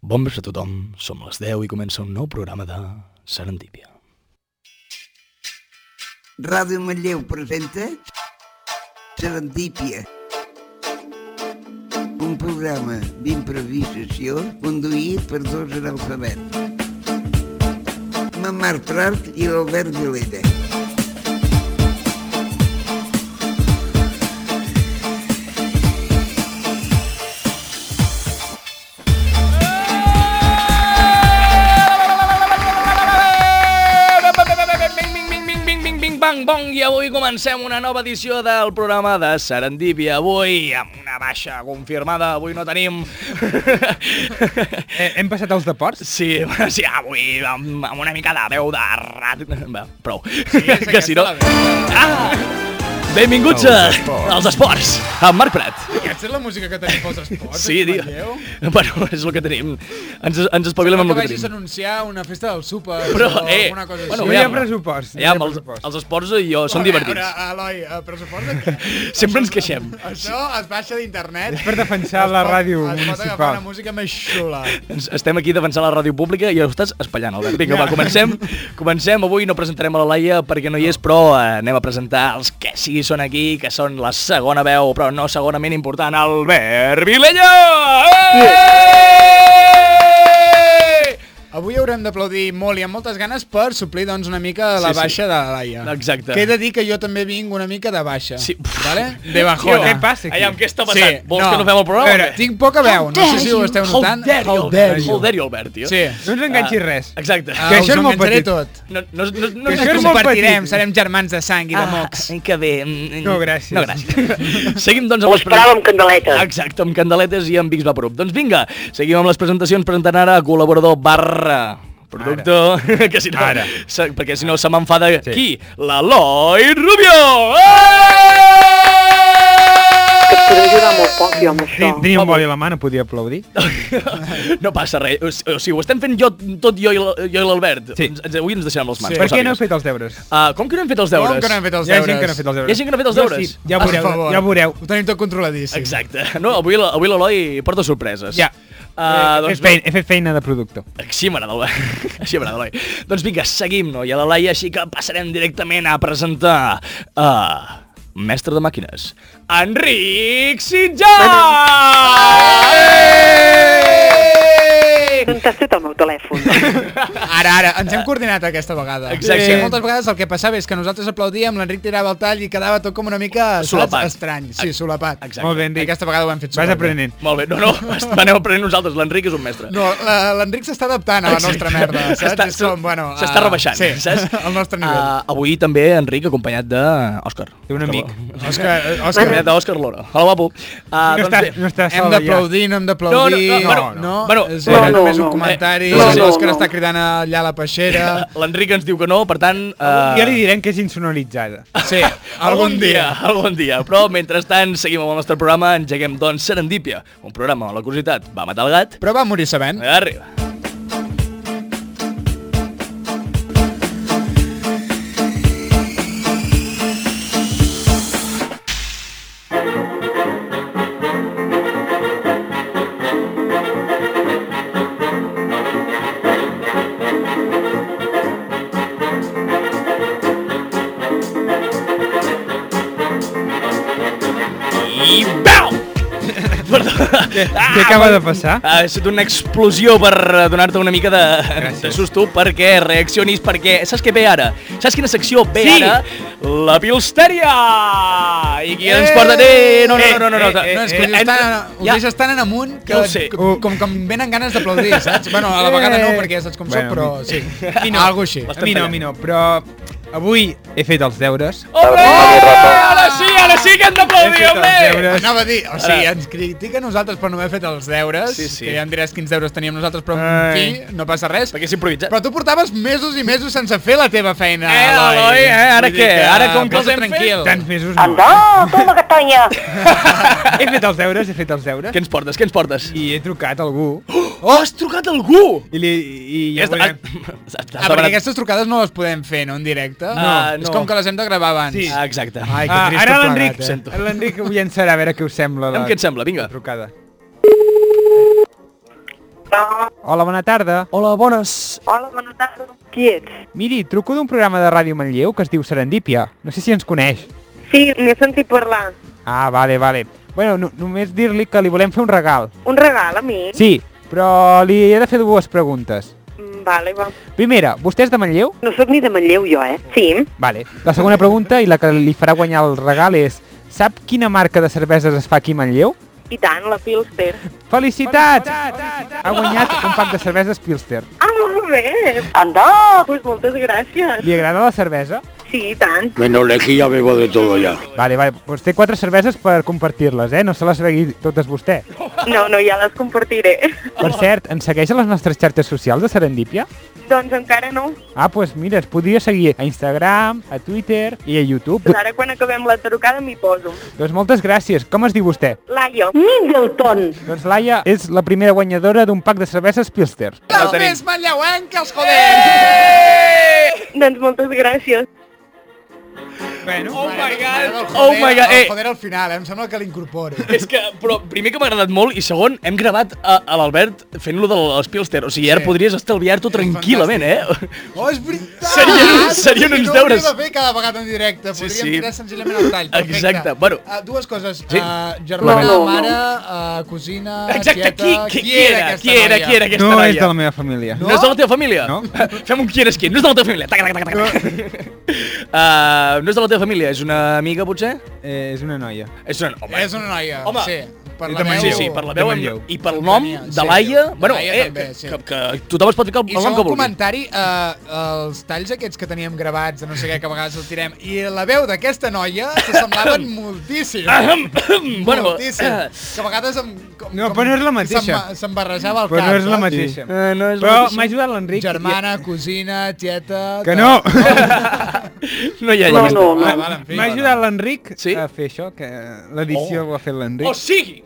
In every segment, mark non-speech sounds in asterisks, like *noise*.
Bombes a tothom, som les 10 i comença un nou programa de Serendípia. Ràdio Manlleu presenta Serendípia. Un programa d'improvisació conduït per dos analfabets. La Mar Prat i l'Albert Vilella. Bang bong, i avui comencem una nova edició del programa de Serendípia. Avui, amb una baixa confirmada, avui no tenim... Eh, hem passat els deports? Sí, sí, avui, amb, amb una mica de veu de rat... Va, prou. Sí, és aquesta la veu. Ah! Benvinguts a... Els esports, amb Marc Prat. Aquesta és la música que tenim pels esports? Sí, aquí a tio. Manlleu? Bueno, és el que tenim. Ens, ens espavilem amb que el que vagis a tenim. anunciar una festa del súper Però, o eh, alguna cosa bueno, No així. hi ha aviam. pressupost. no hi ha Ja, amb els, pressupost. els esports i jo són A veure, divertits. Eloi, eh, pressupost de què? *laughs* Sempre ens queixem. Això es baixa d'internet. És per defensar Es la pot- ràdio Es pot agafar municipal. una música més xula. Ens- Estem aquí defensant la ràdio pública i ho estàs espallant, Albert. Vinga, va, comencem. Comencem. Avui no presentarem a la Laia perquè no hi és, però eh, anem a presentar els que sí són aquí, que són la segona veu, però no segonament important, Albert Vilella! Eh! Avui haurem d'aplaudir molt i amb moltes ganes per suplir doncs, una mica la Sí, sí. baixa de la Laia. Exacte. Que he de dir que jo també vinc una mica de baixa. Sí. *laughs* Vale? De Tio, bajona. què passa aquí? Aviam, què està passant? Vols que no fem el A programa? Veure, tinc poca veu, no sé si ho esteu How notant. dare you, How dare you. How dare you, Albert, tio. Sí. No ens enganxis res. Exacte. Ah, Que us això és ho molt menjaré petit. tot. No, no, no, no, Que no això és molt compartirem, petit. serem germans de sang i de mocs. Ah, que bé. Mm, No, gràcies. No, *laughs* gràcies. Seguim, doncs, Ho amb les esperava amb presentacions. candeletes. Exacte, amb candeletes i amb Vix Vaporub. Doncs vinga, seguim amb les presentacions presentant ara col·laborador barra productor, ara. *laughs* que si no, Ara. Se, perquè si no se m'enfada Sí. sí. qui? L'Eloi Rubio! Eh! Podeu ajudar molt poc, jo, amb Ti- això. Tenia un boli a la mà, no podia aplaudir. *laughs* No passa res, o si- o sigui, ho estem fent jo, tot jo i l- jo i l'Albert. Sí. Ens- ens- Avui ens deixarem les mans. Per que ho què no heu sàpigues. fet els deures? Ah, com que no hem fet els deures? Com que no hem fet els Hi ha deures? gent que no ha fet els deures. Hi ha gent que no ha fet els Jo deures? Sí, ja ho Ah, Per veureu, favor. ja ho veureu. Ho tenim tot controladíssim. Exacte. No, avui la- avui l'Eloi porta sorpreses. Ja. Eh, Eh, Ah, he, doncs fet feina, he fet feina de productor. Així m'agrada, Albert. *laughs* Així m'agrada, Eloi. Doncs vinga, seguim, no? I a la Laia, així que passarem directament a presentar... a mestre de màquines, Enric Sitjà! Eh! No t'has fet el meu telèfon. Ara, ara, ens hem coordinat aquesta vegada. Exacte. Sí, moltes vegades el que passava és que nosaltres aplaudíem, l'Enric tirava el tall i quedava tot com una mica saps, Solapat. estrany. Sí, solapat. Exacte. Molt bé, Enric. Aquesta vegada ho hem fet Vas superbé. aprenent. Molt bé, no, *laughs* no, aneu aprenent nosaltres, l'Enric és un mestre. No, la- l'Enric s'està adaptant a la nostra merda, saps? S'està- És com, bueno... S'està ah, rebaixant, sí, saps? *laughs* el nostre nivell. Ah, avui també Enric acompanyat d'Òscar. Té un amic. *laughs* Òscar, Òscar, Acompanyat d'Òscar eh, Lora. Hola, guapo. Ah, No doncs està, bé. no està hem sol allà. d'aplaudir, no hem d'aplaudir... No, no, no, bueno, bueno, és, no, no, només no. un comentari, Eh, no, no, l'Òscar no. està cridant allà a la peixera... eh, L'Enric ens diu que no, per tant... eh, Ja li direm que és insonoritzada. Sí, *laughs* algun dia. Algun dia, però mentrestant seguim amb el nostre programa, engeguem doncs Serendípia, un programa on la curiositat va matar el gat. Però va morir sabent. Arriba. I *laughs* bau! Perdó. Què, què acaba de passar? Ha estat una explosió per eh, donar-te una mica de, Gràcies. de susto perquè reaccionis, perquè saps què ve ara? Saps quina secció ve Sí. ara? La Pilstèria! I qui ens Eh! porta... Eh, no, no, Eh, no, no, no, no, eh, eh, No, és que eh, ho entra- deixes tan, ho ja. deixes tan en amunt que, Ja ho sé. com, com, com em venen ganes d'aplaudir, saps? Bueno, a la vegada no, Eh. perquè saps com soc, Bueno, però a mi- sí. No, algo així. A mi no, a mi no, però avui he fet els deures. Ole! Ara sí, ara sí que eh! hem Hem d'aplaudir, fet els ole! deures. Anava a dir, o sigui, ens critica a nosaltres per no haver fet els deures, Sí, sí. que ja em diràs quins deures teníem nosaltres, però en Ai. fi, no passa res. Perquè és improvisat. Però tu portaves mesos i mesos sense fer la teva feina, Eh, Eloi, eh, ara Vull dir què? que Ara com que els posa hem fet? tranquil. Tants mesos no. Anda, toma castanya! He fet els deures, he fet els deures. Què ens portes, què ens portes? I he trucat a algú. Oh, has trucat algú! I, li, i ja Aquesta- veurem. *laughs* Has- has Ah, perquè demanat- aquestes trucades no les podem fer, no, en directe? Ah, És no. com que les hem de gravar abans. Sí. Ah, Exacte. Ai, que Ah, trist ara tot l'Enric plegat, eh? Sento. l'Enric ho llançarà a veure què us sembla. Aviam la- què et sembla, vinga. La trucada. No, Hola, bona tarda. Hola, bones. Hola, bona tarda. Qui ets? Miri, truco d'un programa de Ràdio Manlleu que es diu Serendípia. No sé si ens coneix. Sí, n'he sentit parlar. Ah, vale, vale. Bueno, no, només dir-li que li volem fer un regal. Un regal a mi? Sí, però li he de fer dues preguntes. Mm, Vale, va. Primera, vostè és de Manlleu? No sóc ni de Manlleu, jo, eh? Sí. Vale. La segona pregunta, i la que li farà guanyar el regal, és... Sap quina marca de cerveses es fa aquí a Manlleu? I tant, la Pilster. Felicitats! Ha guanyat un pack de cerveses Pilster. Ah, molt bé. Anda, doncs moltes gràcies. Li agrada la cervesa? Sí, i tant. Menos lejía bebo de todo ya. Vale, vale, doncs té quatre cerveses per compartir-les, eh? No se les begui totes vostè. No, no, ja les compartiré. *laughs* Per cert, ens segueix a les nostres xarxes socials de Serendípia? doncs encara no. Ah, doncs pues mira, es podria seguir a Instagram, a Twitter i a YouTube. Doncs ara quan acabem la trucada m'hi poso. Doncs moltes gràcies. Com es diu vostè? Laia. Doncs Laia és la primera guanyadora d'un pack de cerveses Pilster. Els més manlleuenques, joder! Eh! Doncs moltes gràcies. Bueno, Oh my god! Oh my God, eh. El joder al final, eh? em sembla que l'incorpore. És que, però, primer que m'ha agradat molt i segon, hem gravat a, a l'Albert fent-lo dels Pilster. O sigui, ara Sí. podries estalviar-t'ho tranquil·lament, eh? Oh, és veritat! Serien uns- serien uns no deures. No hauria de fer cada vegada en directe. Sí, Podríem sí. tirar senzillament el tall. Perfecte. Exacte, bueno. Uh, dues coses. Sí. Sí. Uh, germana, No, no, no. mare, uh, cosina, Exacte, tieta... qui, qui, qui era, Ah, aquesta qui era, noia? qui era aquesta no noia? és de la meva família. No? no és de la teva família? No. *laughs* Fem un qui eres qui, no és de la teva família. Taca, taca, taca, *laughs* taca. Uh, no és de la teva família, és una amiga, potser? Eh, és una noia. És una... Home, És una noia, Home. sí. Per Jo la també veu... Sí, sí, per la veu De hem- Manlleu. i pel nom Entenia, de sí. Laia... De bueno, Laia eh, també, que, sí. que, que tothom es pot ficar el, I el nom segon que vulgui. comentari, eh, els talls aquests que teníem gravats, de no sé què, que a vegades els tirem, i la veu d'aquesta noia s'assemblaven moltíssim. bueno, moltíssim. eh, que a vegades em, com, No, però no és la mateixa. se'm- Se'm barrejava el Però cap. no és la saps? mateixa. eh, no és Però la mateixa. m'ha ajudat l'Enric. Germana, cosina, tieta... Que *laughs* tal. no! No hi ha No, llista. no, Ah, no. val, en fi, M'ha val. ajudat l'Enric Sí? a fer això, que l'edició ho ha fet l'Enric. O sigui,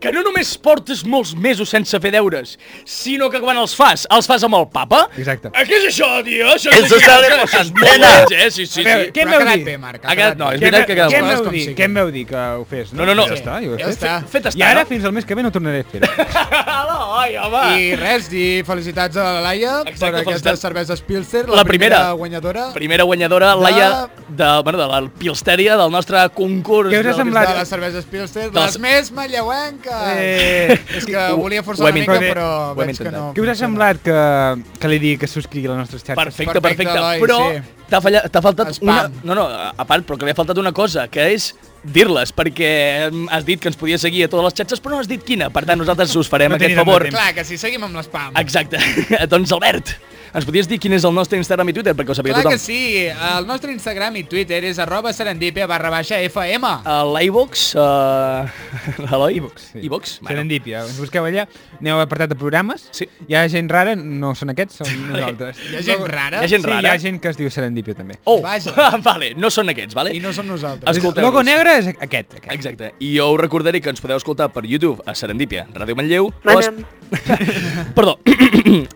que no només portes molts mesos sense fer deures, sinó que quan els fas, els fas amb el papa? Exacte. Eh, què és això, tio? Això Eso sale por Això és sus molt venas. lleig, eh? Sí, sí, A veure, sí. què Però em ha vau quedat dir? bé, Marc. Ha quedat- no, és bé. veritat. que queda què em molt. vau Com dir? sigui. Què em vau dir que ho fes? No, no, no. Ja està, jo ho he Ja fet. està. Fet I està, ara, no? fins al mes que ve, no tornaré a fer-ho. *laughs* Ai, home. I res, dir felicitats a la Laia per Ah. Exacte, aquesta felicitats. cervesa Spilster, La primera. guanyadora. Primera guanyadora, De- Laia, de, bueno, de la Pilstèria, del nostre concurs. Què us ha del- semblat? de les cerveses Pilster, Dels- les més manlleuenques. Eh, És que ho- volia ho forçar hem una mica, intentat. però Ho hem veig que no. intentat. Què us ha semblat que, que li digui que subscrigui les nostres xarxes? Perfecte, perfecte. Perfecte, Eloi, però sí. t'ha fallat- t'ha faltat Spam. una... No, no, a part, però que li ha faltat una cosa, que és dir-les, perquè mm, has dit que ens podia seguir a totes les xatxes, però no has dit quina. Per tant, nosaltres us farem No aquest tenirem el favor. temps. Clar, que si seguim amb l'espam. Exacte. *laughs* doncs, Albert, ens podries dir quin és el nostre Instagram i Twitter, perquè ho sàpiga Clar que tothom. sí. El nostre Instagram i Twitter és arroba serendipia barra baixa FM. A l'iVox, *laughs* uh, l'Eloi? iVox, sí. iVox? Bueno. Serendipia. Ens busqueu allà, aneu a l'apartat de programes, Sí. hi ha gent rara, no són aquests, *laughs* són nosaltres. Hi ha gent rara. Hi ha gent sí, rara. hi ha gent que es diu Serendipia també. Oh, Vaja. *laughs* vale, no són aquests, vale? I no som nosaltres. Escolteu-nos. El logo negre és aquest. aquest. Exacte. I jo us recordaré que ens podeu escoltar per YouTube a Serendípia, Ràdio Manlleu... o a- Manem. *laughs* Perdó. *clears throat* *laughs*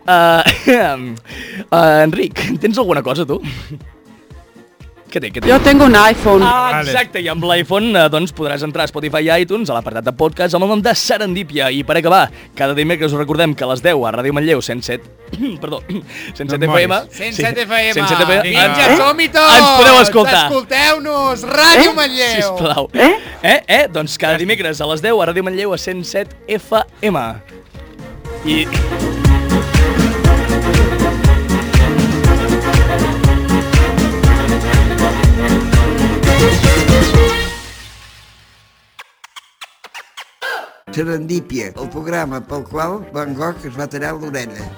uh, uh, Enric, tens alguna cosa, tu? Què té, què té? Yo tengo un iPhone. Ah, Vale. exacte, i amb l'iPhone eh, doncs, podràs entrar a Spotify i iTunes a l'apartat de podcast amb el nom de Serendípia. I per acabar, cada dimecres us recordem que a les 10 a Ràdio Manlleu 107... *clears throat* Perdó, 107 No em FM... moris. 107 FM. 107 FM... Vinga, ens- som-hi tots. eh? Ens podeu escoltar. Eh? Escolteu-nos. Ràdio Manlleu. Sisplau. Eh? Eh? Eh? Doncs cada dimecres a les 10 a Ràdio Manlleu a 107 FM. I... Serendípia, el programa pel qual Van Gogh es va tallar l'orella.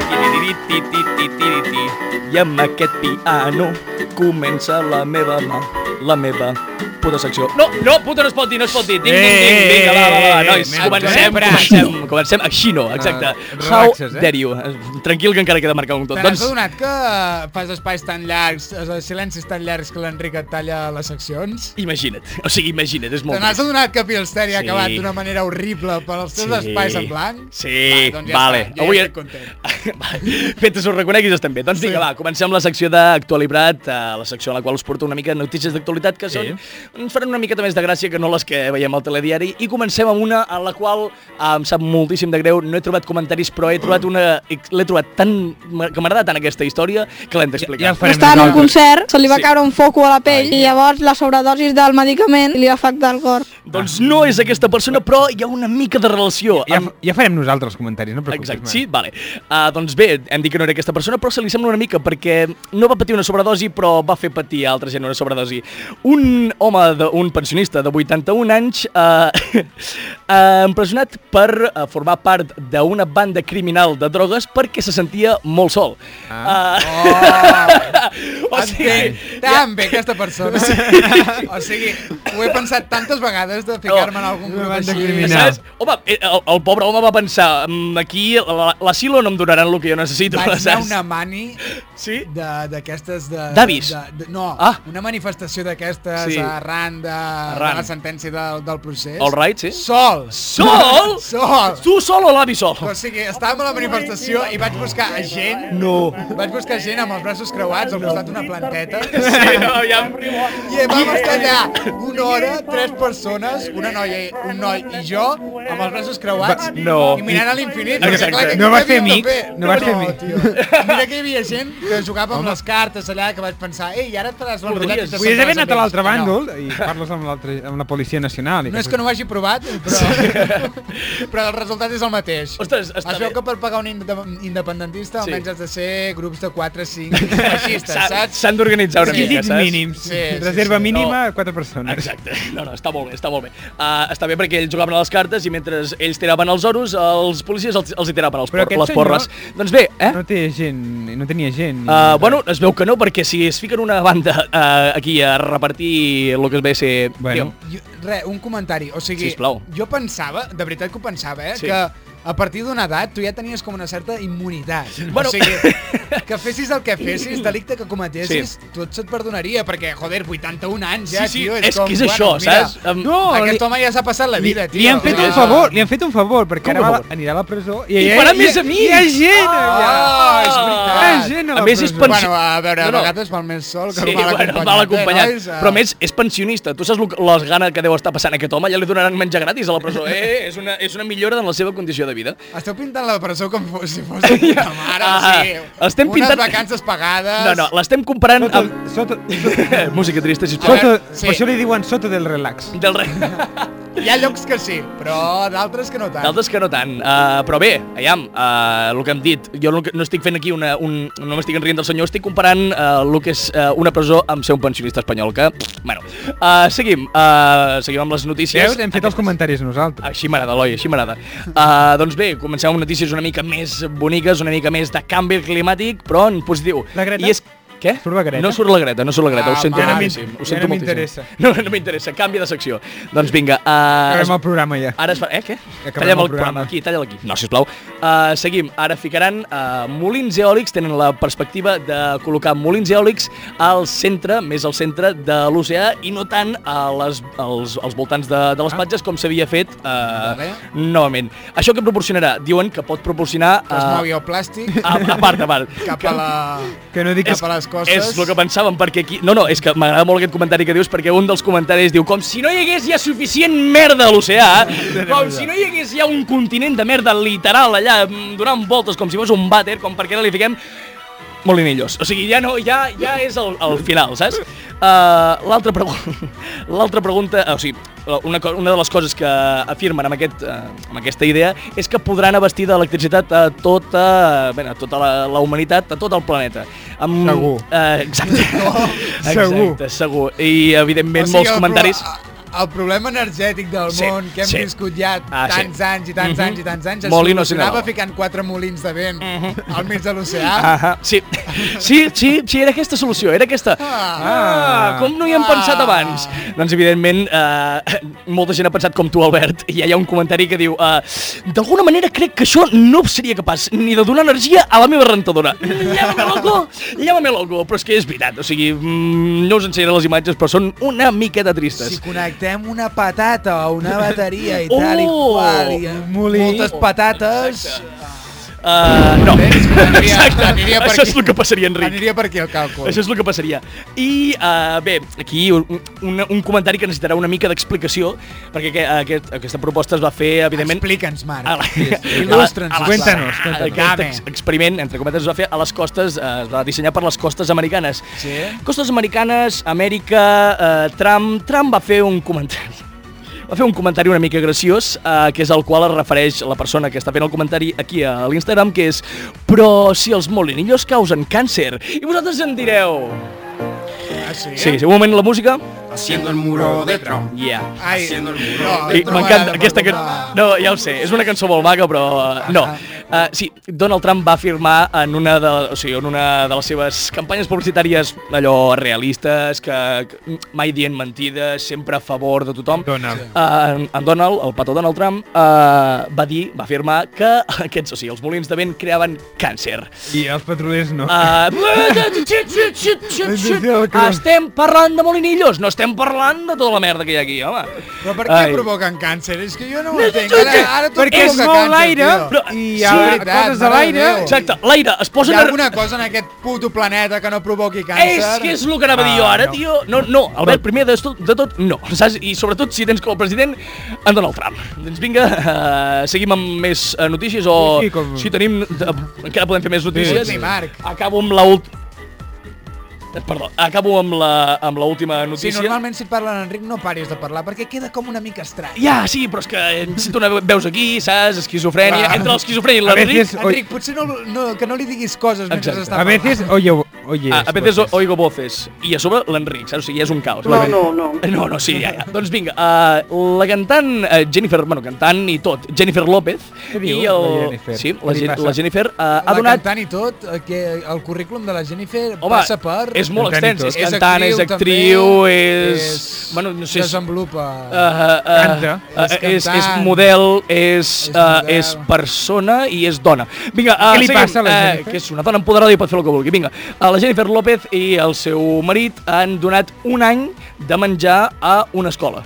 Tiritirititirititi. I amb aquest piano comença la meva mà, la meva puta secció. No, no, puta no es pot dir, no es pot dir. Ding, ding, ding. Eh, Vinga, va, va, va, eh, nois, eh, comencem, eh, comencem, comencem. Així no, exacte. Ah, How relaxes, eh? dare you. Tranquil, que encara queda marcar un tot. T'has doncs... Doncs, adonat que fas espais tan llargs, els silencis tan llargs que l'Enric et talla les seccions? imagina't. O sigui, imagina't, és Te molt n'has trist. adonat que Pilsteri ha Sí. acabat d'una manera horrible pels teus sí. espais en blanc? Sí, Va, doncs ja vale. Està, jo Avui... ja estic content. Vale. Fetes ho reconeguis, estem bé. Doncs vinga, Sí. va, comencem amb la secció d'actualitat, eh, la secció en la qual us porto una mica de notícies d'actualitat que són, ens faran una miqueta més de gràcia que no les que veiem al telediari i comencem amb una en la qual eh, em sap moltíssim de greu, no he trobat comentaris però he trobat una... l'he trobat tan... que m'agrada tant aquesta història que l'hem d'explicar. Ja el Va farem estar en un nosaltres. concert, se li va Sí. caure un foco a la pell i llavors la sobredosis del medicament li va afectar el cor. Doncs no és aquesta persona, però hi ha una mica de relació. Ja, amb- fa- ja farem nosaltres els comentaris, no et preocupis. Exacte, Marc. sí, vale. Uh, doncs bé, hem dit que no era aquesta persona, però se li sembla una mica, perquè no va patir una sobredosi, però va fer patir a altra gent una sobredosi. Un home, de, un pensionista de 81 anys, *laughs* uh, uh, empresonat per uh, formar part d'una banda criminal de drogues perquè se sentia molt sol. Ah. Uh, *laughs* o sigui, Oh! Entenc tan bé aquesta persona. o sigui, ho he pensat tantes vegades de ficar-me en algun grup banda així. criminal. Saps? Home, eh, el, el pobre home va pensar, "Mm, aquí la- l'asilo no em donaran el que jo necessito, Vaig anar a saps? una mani Sí? de- d'aquestes de... D'avis. de- de- No, Ah. una manifestació d'aquestes Sí. sí. arran, de, Arran. de la sentència del, del procés. All right, sí. Sol. Sol? Sol. Tu sol o l'avi sol? O sigui, estàvem a la manifestació i vaig buscar a gent... No. Vaig buscar gent amb els braços creuats al costat d'una planteta. Sí, no, ja... I vam estar allà una hora, tres persones, una noia, i- un noi i jo, amb els braços creuats Va- no. i mirant a l'infinit. Exacte. perquè, clar, que No aquí vas hi havia fer un amics? paper. No vas fer amics? tio. Mira que hi havia gent que jugava amb les cartes allà, que vaig pensar, ei, ara et faràs la ruleta. i te Podries haver sentaràs anat a amb l'altre ells. bàndol i parles amb, l'altre- amb la Policia Nacional. I No és que no ho hagi provat, però, *laughs* però el resultat és el mateix. Ostres, està es veu bé. que per pagar un inde- independentista Sí. almenys has de ser grups de 4 *laughs* 5 feixistes, S'ha- saps? S'han d'organitzar una mica, Requisits saps? mínims. Sí, sí, Reserva sí. mínima, quatre persones. Exacte. No, no, està molt bé, està molt bé. Uh, està bé perquè ells jugaven a les cartes i mentre ells tiraven els oros, els policies els, els hi tiraven els Però por, aquest les senyor- porres. Doncs bé, eh? No té gent, no tenia gent. Uh, bueno, es veu que no, perquè si es fiquen una banda uh, aquí a repartir el que es ve a ser... Bueno. tio, Jo, re, un comentari. O sigui, Sisplau. jo pensava, de veritat que ho pensava, eh, Sí. sí. que a partir d'una edat tu ja tenies com una *laughs* certa immunitat. Bueno. Bueno. O sigui, que fessis el que fessis, delicte que cometessis, Sí. sí. tot se't perdonaria, perquè, joder, 81 anys ja, Sí, sí, tio. és que és això, saps? Em- No, aquest li- home ja s'ha passat la li, vida, tio. eh? li han fet un Ja. favor, li han fet un favor, perquè Com ara un va- favor? anirà a la presó i, I hi ha- farà hi ha- més amics! Hi ha gent! eh, Ah, és allà. Hi ha veritat. gent a A la més, és presó. pensi- Bueno, a veure, No, no. a vegades val més sol que Sí, sí, mal acompanyat. bueno, mal acompanyat. eh, nois? Però a més, és pensionista. Tu saps lo que- les ganes que deu estar passant a aquest home? Ja li donaran menjar gratis a la presó. Eh, *laughs* és una, és una millora en la seva condició de vida. Esteu pintant la presó com fos- si fos de puta *laughs* mare, o Ah, sigui, estem unes pintant- vacances pagades... No, no, l'estem comparant Sota, amb... *laughs* sota, *laughs* Música trista, sisplau. sota, sí. Per això li diuen sota del relax. Del *laughs* rei. Hi ha llocs que sí, però d'altres que no tant. D'altres que no tant. Uh, però bé, aviam, uh, el que hem dit, jo no, no estic fent aquí una... Un, no m'estic enrient del senyor, estic comparant uh, el que és uh, una presó amb ser un pensionista espanyol, que... Bueno, uh, seguim. Uh, seguim amb les notícies. Veus? Hem fet els comentaris nosaltres. Així m'agrada, Eloi, així m'agrada. Uh, doncs bé, comencem amb notícies una mica més boniques, una mica més de canvi climàtic, però en positiu. La Greta? I és... Què? Surt la Greta? No surt la Greta, no surt la Greta, Ah, ho sento va, ara moltíssim. m'in- Ho ja sento no moltíssim. m'interessa. No, no m'interessa, canvi de secció. Doncs vinga, uh, Acabem el programa ja. Ara es fa... Eh, què? Acabem Tallem el, el el programa. programa. Aquí, talla'l aquí. No, sisplau. Uh, seguim. Ara ficaran uh, molins eòlics, tenen la perspectiva de col·locar molins eòlics al centre, més al centre de l'oceà i no tant a les, als, als voltants de, de les platges com s'havia fet uh, Vale. novament. Això que proporcionarà? Diuen que pot proporcionar... Que es eh, mogui el plàstic a, a part, a part. cap a la... *laughs* Que no dic cap que... a les coses. És el que pensàvem, perquè aquí... No, no, és que m'agrada molt aquest comentari que dius, perquè un dels comentaris diu com si no hi hagués ja suficient merda a l'oceà, com si no hi hagués ja un continent de merda literal allà mm, donant voltes com si fos un vàter, com perquè ara li fiquem molinillos. O sigui, ja no, ja, ja és el, el final, saps? Uh, L'altra pregunta, *laughs* l'altra pregunta, o sigui, una, co- una de les coses que afirmen amb, aquest, uh, amb aquesta idea és que podran abastir d'electricitat a tota, bueno, a tota la, la humanitat, a tot el planeta. Amb, Segur. Uh, *laughs* exacte. Segur. Exacte, segur. I, evidentment, molts el comentaris... pro- el problema energètic del Sí, món que hem sí. viscut ja Ah, sí. tants anys i tants anys i tants anys es Molt solucionava inocinador. ficant quatre molins de vent al mig de l'oceà. Ah, sí. sí, sí, sí, era aquesta solució, era aquesta. Ah. Ah, com no hi hem Ah. pensat abans? Doncs, evidentment, eh, molta gent ha pensat com tu, Albert, i ja hi ha un comentari que diu eh, d'alguna manera crec que això no seria capaç ni de donar energia a la meva rentadora. Llámame loco, llámame loco, però és que és veritat, o sigui, mm, no us ensenyaré les imatges, però són una miqueta tristes. Si connectem una patata a una bateria i Oh! tal i qual, i Molí. moltes patates, Uh, no, Bé, és que aniria- exacte, aniria per això és aquí. el que passaria, Enric. aniria per aquí el càlcul. Això és el que passaria. I, uh, bé, aquí un, un, un comentari que necessitarà una mica d'explicació, perquè aquest, aquest, aquesta proposta es va fer, evidentment... Explica'ns, Marc. a la- Il·lustra'ns. a la- Cuéntanos, a- cuéntanos. Aquest Dame. ex experiment, entre cometes, es va fer a les costes, eh, es va dissenyar per les costes americanes. Sí. Costes americanes, Amèrica, eh, Trump... Trump va fer un comentari. *laughs* Va fer un comentari una mica graciós, eh, que és al qual es refereix la persona que està fent el comentari aquí a l'Instagram, que és però si els molinillos causen càncer i vosaltres en direu... Ah, sí? Sí, sí, un moment la música. Haciendo el muro de Trump. Yeah. Ai, Haciendo el no, muro. Sí, no M'encanta m'agrada, aquesta Marc, cançó. No, ja ho sé, és una cançó molt vaga, però eh, no. Uh, sí, Donald Trump va afirmar en una, de, o sigui, en una de les seves campanyes publicitàries allò realistes, que que mm, mai dient mentides, sempre a favor de tothom. Donald. Uh, en Donald, el petó Donald Trump, uh, va dir, va afirmar que *laughs* aquests, o sigui, els molins de vent creaven càncer. I els petrolers no. Uh, xut, xut, xut, xut, xut. Estem parlant de molinillos, no estem parlant de tota la merda que hi ha aquí, home. Però per què Ai. provoquen càncer? És que jo no ho No, entenc. no, no, Ara, ara tot Perquè es provoca mou càncer, l'aire tio. Però- i Sí, hi ha veritat, coses de mare de l'aire. Déu. Exacte, l'aire, es Hi posen... ha a- alguna cosa en aquest puto planeta que no provoqui càncer? És que és el que anava a dir jo ara, no. tio. No, no, Albert, primer de tot, de tot no. Saps? I sobretot si tens com a president en Donald Trump. Doncs vinga, uh, seguim amb més eh, notícies o... Sí, sí, com- Si tenim... De, encara podem fer més notícies. sí, Marc. Acabo amb la ult... Eh, Perdó, acabo amb la, amb la última Si notícia. normalment si et parla l'Enric no paris de parlar perquè queda com una mica estrany. Ja, sí, però és que em sento una veus aquí, saps? Esquizofrènia, Clar. entre l'esquizofrènia i A veces- l'Enric... Oi. Enric, potser no, no, que no li diguis coses mentre Exacte. està A parlant. veces oye, Ah, oye. A, a veces o- oigo voces. I a sobre l'Enric, saps? O sigui, ja és un caos. No, no, no. *laughs* No, no, sí, ja, ja. Doncs vinga, uh, la cantant eh, Jennifer, bueno, cantant i tot, Jennifer López. Què diu, i la Jennifer? Sí, Què la, li Gen passa? la Jennifer uh, La ha donat... cantant i tot, eh, que el currículum de la Jennifer Home, passa per... és molt Cantant i extens. tot. És cantant, és actriu, és... Bueno, no sé... és- Desenvolupa... Uh, uh, Canta. Uh, És és, és cantant. model, és, És uh, model. és persona i és dona. Vinga, uh, Què li passa a la Jennifer? que és una dona empoderada i pot fer el que vulgui. Vinga, uh, la Jennifer López i el seu marit han donat un any de menjar a una escola.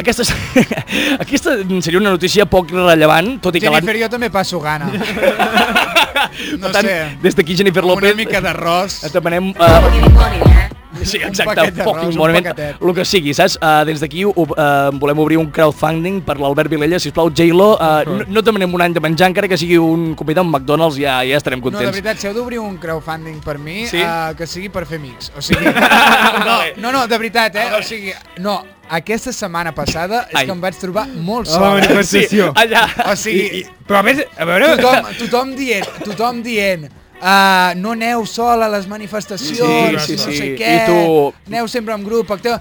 Aquesta, és, *laughs* aquesta seria una notícia poc rellevant, tot i que... *laughs* Jennifer, jo també passo *laughs* gana. no per tant, sé, des d'aquí Jennifer López... una mica d'arròs. Et demanem... Uh, sí, exacte, paquet d'arròs, fucking eh? un monument, paquetet. el que sigui, saps? Uh, des d'aquí uh, volem obrir un crowdfunding per l'Albert Vilella, sisplau, J-Lo, uh, no, no et demanem un any de menjar, encara que sigui un convidat a un McDonald's, ja, ja estarem No, de contents. veritat, si heu d'obrir un crowdfunding per mi, Sí? sí? uh, que sigui per fer amics. O *laughs* sigui, no, no, no, de veritat, eh? O sigui, no, aquesta setmana passada és Ai. que em vaig trobar molt A la sol. eh. manifestació. sí, allà. O sigui, Però a més, a veure... tothom, tothom dient, tothom dient, Uh, no aneu sol a les manifestacions, Sí, sí, no sé sí. què, I tu- aneu sempre en grup, acteu...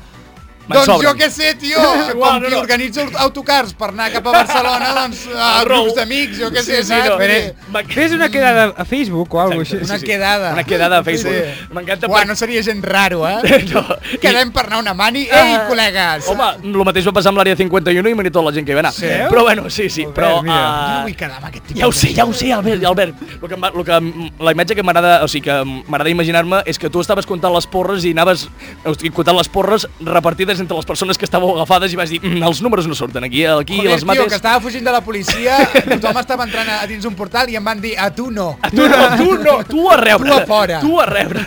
Me'n Doncs sobren. jo què sé, *laughs* tio, Igual, quan no, no, no. organitzo autocars per anar cap a Barcelona, *laughs* doncs uh, El rou. grups d'amics, jo què Sí, sé, sí, saps? no. Perquè- Fes una quedada a Facebook o alguna cosa Una així. sí. quedada. Una quedada a Facebook. M'encanta Buah, perquè- no seria gent raro, eh? *laughs* No. Quedem per anar a una mani. Ei, Ah. col·legues! Home, el mateix va passar amb l'àrea 51 i mira tota la gent que hi va anar. Sí? Però bueno, sí, sí, Albert, però... mira, eh, Jo no vull quedar amb aquest tipus Ja ho de sé, gent. ja ho sé, Albert, Albert. Lo que, em va- lo que, em- la imatge que m'agrada, o sigui, que m'agrada imaginar-me és que tu estaves comptant les porres i anaves o sigui, comptant les porres repartides entre les persones que estàveu agafades i vas dir, "Mm, els números no surten aquí, aquí Joder, les mates... tio, que estava fugint de la *laughs* policia, tothom estava entrant a, a dins un portal i em van dir, a tu no. A *laughs* tu no, tu no, tu a rebre. Tu a fora. Tu a rebre.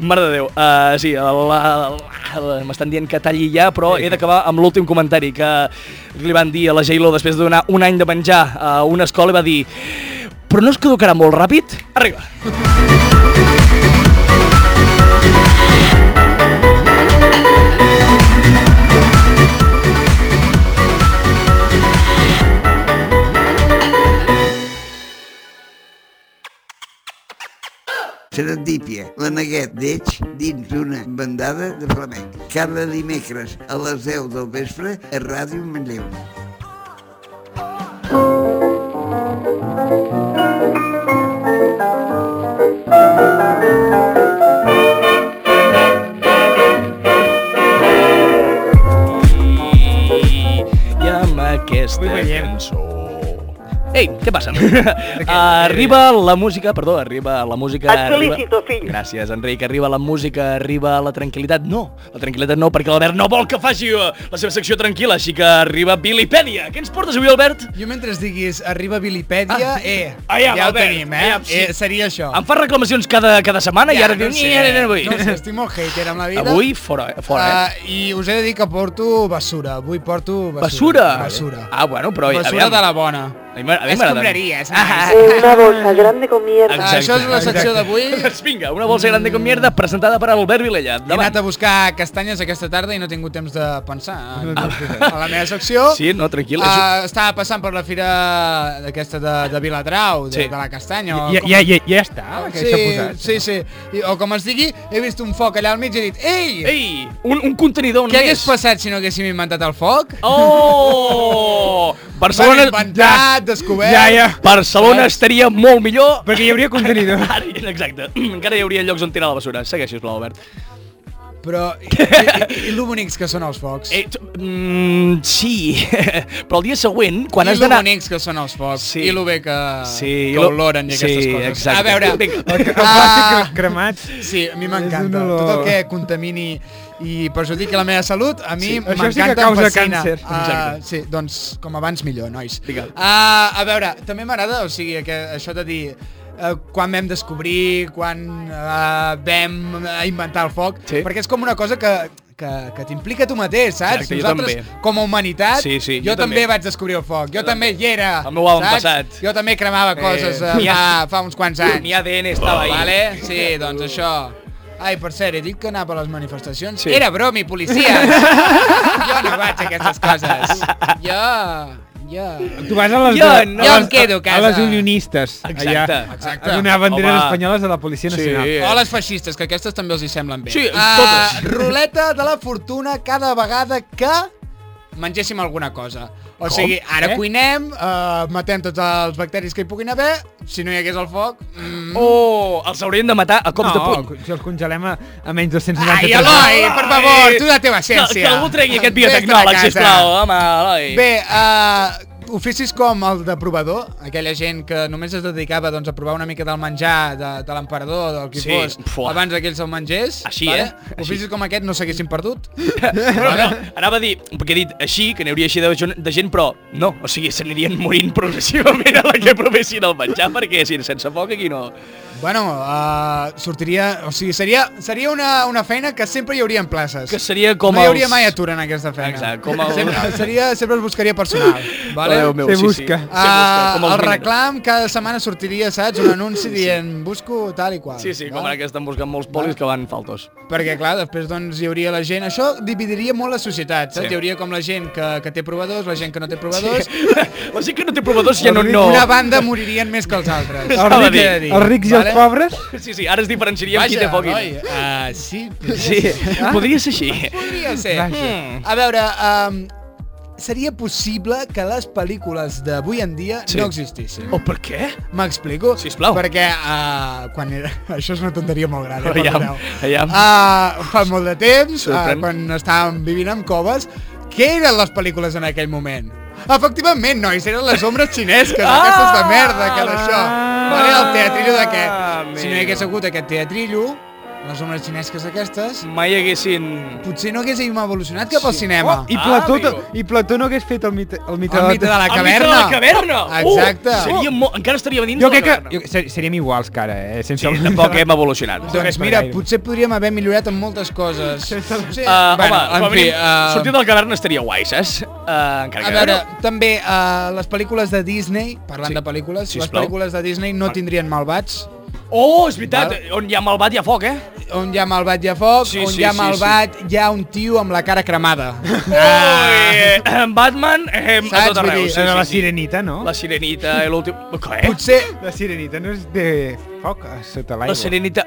Mare de Déu. Uh, sí, la, la, la, m'estan dient que talli ja, però he d'acabar amb l'últim comentari que li van dir a la J-Lo després de donar un any de menjar a una escola i va dir però no es caducarà molt ràpid? Arriba. Serendípia, la neguet d'Eix dins d'una bandada de flamenc. Cada dimecres a les 10 del vespre a Ràdio Manlleu. I amb aquesta cançó... Ei, què *laughs* passa? arriba la música, perdó, arriba la música... Et arriba- felicito, fill. Gràcies, Enric. Arriba la música, arriba la tranquil·litat. No, la tranquil·litat no, perquè l'Albert no vol que faci eh, la seva secció tranquil·la, així que arriba Bilipèdia. Què ens portes avui, Albert? Jo mentre diguis arriba Bilipèdia, Ah. eh, Ah, ja, ja ho Albert, tenim, eh? ja, sí. eh seria això. Em fas reclamacions cada, cada setmana i ara no ho dius... sé, "Nye, nye, nye, avui". No ho sé, estic molt hater amb la vida. Avui, fora, eh? fora eh? Uh, I us he de dir que porto bessura. Avui porto Basura. bessura. Ah, Basura. Ah, bueno, però... Basura aviam. de la bona. A mi m'agrada- a mi m'agrada. Escombraries. Ah, nice. Una bolsa grande con mierda. Exacte. Això és la secció *laughs* d'avui. Doncs vinga, una bolsa grande com mierda presentada per Albert Vilella. He anat Davant. a buscar castanyes aquesta tarda i no he tingut temps de pensar en, en la meva secció. Ah. Sí, no, tranquil. Uh, estava passant per la fira aquesta de, de Viladrau, de, Sí. sí. de la castanya. o Ja, com- ja, ja, ja està, Ah, el que sí, s'ha posat. sí, sí. I, o com es digui, he vist un foc allà al mig i he dit Ei, Ei Ei, un, un contenidor, un què hagués més. passat si no haguéssim inventat el foc? Oh! *laughs* S'han Barcelona... inventat, descobert... Ja, ja. Barcelona estaria molt millor... Perquè hi hauria *laughs* contenidor. *laughs* Ara, exacte. *clears throat* Encara hi hauria llocs on tirar la bessura. Segueix, sisplau, Albert. *laughs* Però, i, i, i, i lo bonics que són els focs. Eh, tu- mm, sí, *laughs* però el dia següent, quan I has lo d'anar... bonics que són els focs. Sí. I lo bé que, Sí, que lo- oloren i aquestes sí, coses. exacte. A veure... Vinga. El, que, el *laughs* Ah. plàstic cremat. Sí, a mi És un m'encanta. olor. Tot el que contamini i perjudiqui la meva salut, a mi Sí, sí, això sí que m'encanta, causa em fascina. càncer. Ah, sí, doncs com abans millor, nois. Vinga. Ah, a veure, també m'agrada, o sigui, que això de dir eh, quan vam descobrir, quan eh, vam eh, inventar el foc, Sí. perquè és com una cosa que que, que t'implica tu mateix, saps? Exacte, jo Nosaltres, també. com a humanitat, Sí, sí, jo, jo també. també. vaig descobrir el foc. Jo, també hi era. El meu àlbum saps? passat. Jo també cremava coses eh, Ni fa, a- fa uns quants anys. Ni ADN estava ahí. Vale? Sí, doncs això. Ai, per cert, he dit que anava a les manifestacions. Sí. Sí. Era *laughs* bromi, policia! jo no vaig a aquestes coses. Jo... Jo... Tu vas a les... Jo de- no a les- em quedo a casa. A les unionistes. Exacte. Exacte. A donar banderes Home. espanyoles a la Policia Sí. Nacional. O les feixistes, que aquestes també els hi semblen bé. Sí, Ah, totes. Ruleta de la fortuna cada vegada que mengéssim alguna cosa. O sigui, ara Eh? cuinem, uh, matem tots els bacteris que hi puguin haver, si no hi hagués el foc... Mm. Oh, els haurien de matar a cops de puny. si els congelem a, a menys 293... Ai, Eloi, per favor, tu de la teva ciència. Oh, Eh, Que, que algú tregui aquest Vés-te'n a biotecnòleg, casa. sisplau, home, Eloi. Bé, uh, oficis com el de provador, aquella gent que només es dedicava doncs, a provar una mica del menjar de, de l'emperador, del qui Sí, fos, fuà. abans que ell se'l mengés. Així, eh? Oficis com aquest no s'haguessin perdut. No, no, anava a dir, perquè he dit així, que n'hi hauria així de, gen- de gent, però no, o sigui, s'anirien morint *laughs* progressivament a la que provessin el menjar, perquè si sense foc aquí no... Bueno, uh, sortiria... O sigui, seria, seria una, una feina que sempre hi haurien places. Que seria com no hi hauria els- mai atur en aquesta feina. Exacte, com el- Sempre, seria, sempre es buscaria personal, vale? Déu meu, Se sí, busca. Sí, Eh, se busca, Uh, com els el minerals. reclam cada setmana sortiria, saps? Un anunci dient, busco tal i qual. Sí, sí, com vale? ara que estan buscant molts polis que van faltos. Perquè, clar, després doncs, hi hauria la gent... Això dividiria molt la societat, saps? Sí. Sí. Hi hauria com la gent que, que té provadors, la gent que no té provadors... Sí. La gent que no té provadors ja no... no. Una banda moririen més que els *laughs* altres. Els Ho he rics- de dir, Els rics i els pobres... Sí, sí, ara es diferenciaríem qui té foc. i- noi, ah, sí, podria Sí, ser. podria ser així. Podria ser. Vaja. Mm. A veure, um, seria possible que les pel·lícules d'avui en dia Sí. sí. no existissin. O per què? M'explico? Sisplau. Perquè uh, quan era... *laughs* Això és una tonteria molt gran, eh? Aviam, perdoneu. aviam. Uh, fa molt de temps, uh, Sorprèn. quan estàvem vivint amb coves, què eren les pel·lícules en aquell moment? Efectivament, nois, eren les ombres xinesques, Ah! aquestes de merda, que d'això. Ah, vale, el teatrillo d'aquest. Si no amigo. hi hagués hagut aquest teatrillo, les ombres xinesques aquestes, Mai haguessin... potser no haguéssim evolucionat cap al cinema. Oh, i, Ah, Plató, amigo. I Plató no hagués fet el mite, el mite, El mite de la El mite de caverna. La caverna! Exacte. Oh, Uh, seria molt... Encara estaríem dins Jo de la crec que... caverna. Jo, ser- seríem iguals, que ara, eh? Sense Sí, el- tampoc hem evolucionat. Doncs Per mira, gaire. potser podríem haver millorat en moltes *laughs* coses. Sí, Uh, bueno, home, en com a fi, mínim, eh, sortir de la caverna estaria guai, saps? Uh, encara A que veure, també uh, les pel·lícules de Disney, parlant Sí. de pel·lícules, les Sisplau. pel·lícules de Disney no tindrien malvats. Oh, és veritat, on hi ha malvat hi ha foc, eh? on hi ha malvat hi ha foc, Sí, on sí, hi ha sí, Eh? malvat hi ha un tio amb la cara cremada. *laughs* Ui, eh, Batman eh, a Ah. Saps? tot Vull arreu. dir, Sí, Era la sí, sí. sirenita, no? La sirenita, i l'últim... Què? Potser... La sirenita no és de foc a sota La l'aigua. sirenita...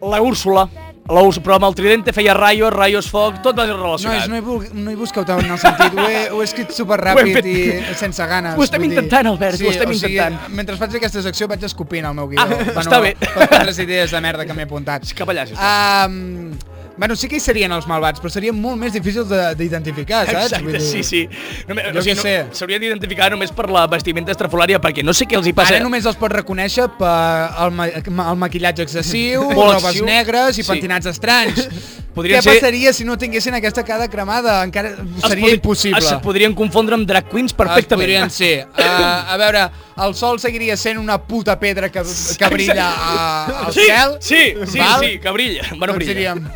La Úrsula. La Úrsula, però amb el tridente feia raios, raios, foc, tot va relacionat. Nois, no hi, bul- no hi busqueu tant en el sentit. Ho he, ho he escrit superràpid Ho hem i fet. sense ganes. Ho estem vull dir. intentant, Albert, ho estem o sigui, intentant. Mentre faig aquesta secció vaig escopint el meu guió. Ah, *laughs* està bé. Totes les idees de merda que m'he apuntat. És que ballàs, això. Um, bueno, sí que hi serien els malvats, però serien molt més difícils de- d'identificar, saps? Vull Exacte, dir, sí, sí. Només, Jo o sigui, què no, sé. S'haurien d'identificar només per la vestimenta estrafolària, perquè no sé què els hi passa. Ara només els pots reconèixer per el, ma ma- el *laughs* maquillatge excessiu, Molt robes excessiu. negres i Sí. pentinats estranys. *laughs* Podrien Què ser- passaria si no tinguessin aquesta cara cremada? Encara Els seria podri- impossible. Es podrien confondre amb drag queens perfectament. Es *laughs* podrien ser. Uh, a veure, el sol seguiria sent una puta pedra que, que brilla uh, al sí, cel. Sí, sí, val? sí, que brilla. Bueno, Doncs brilla. diríem,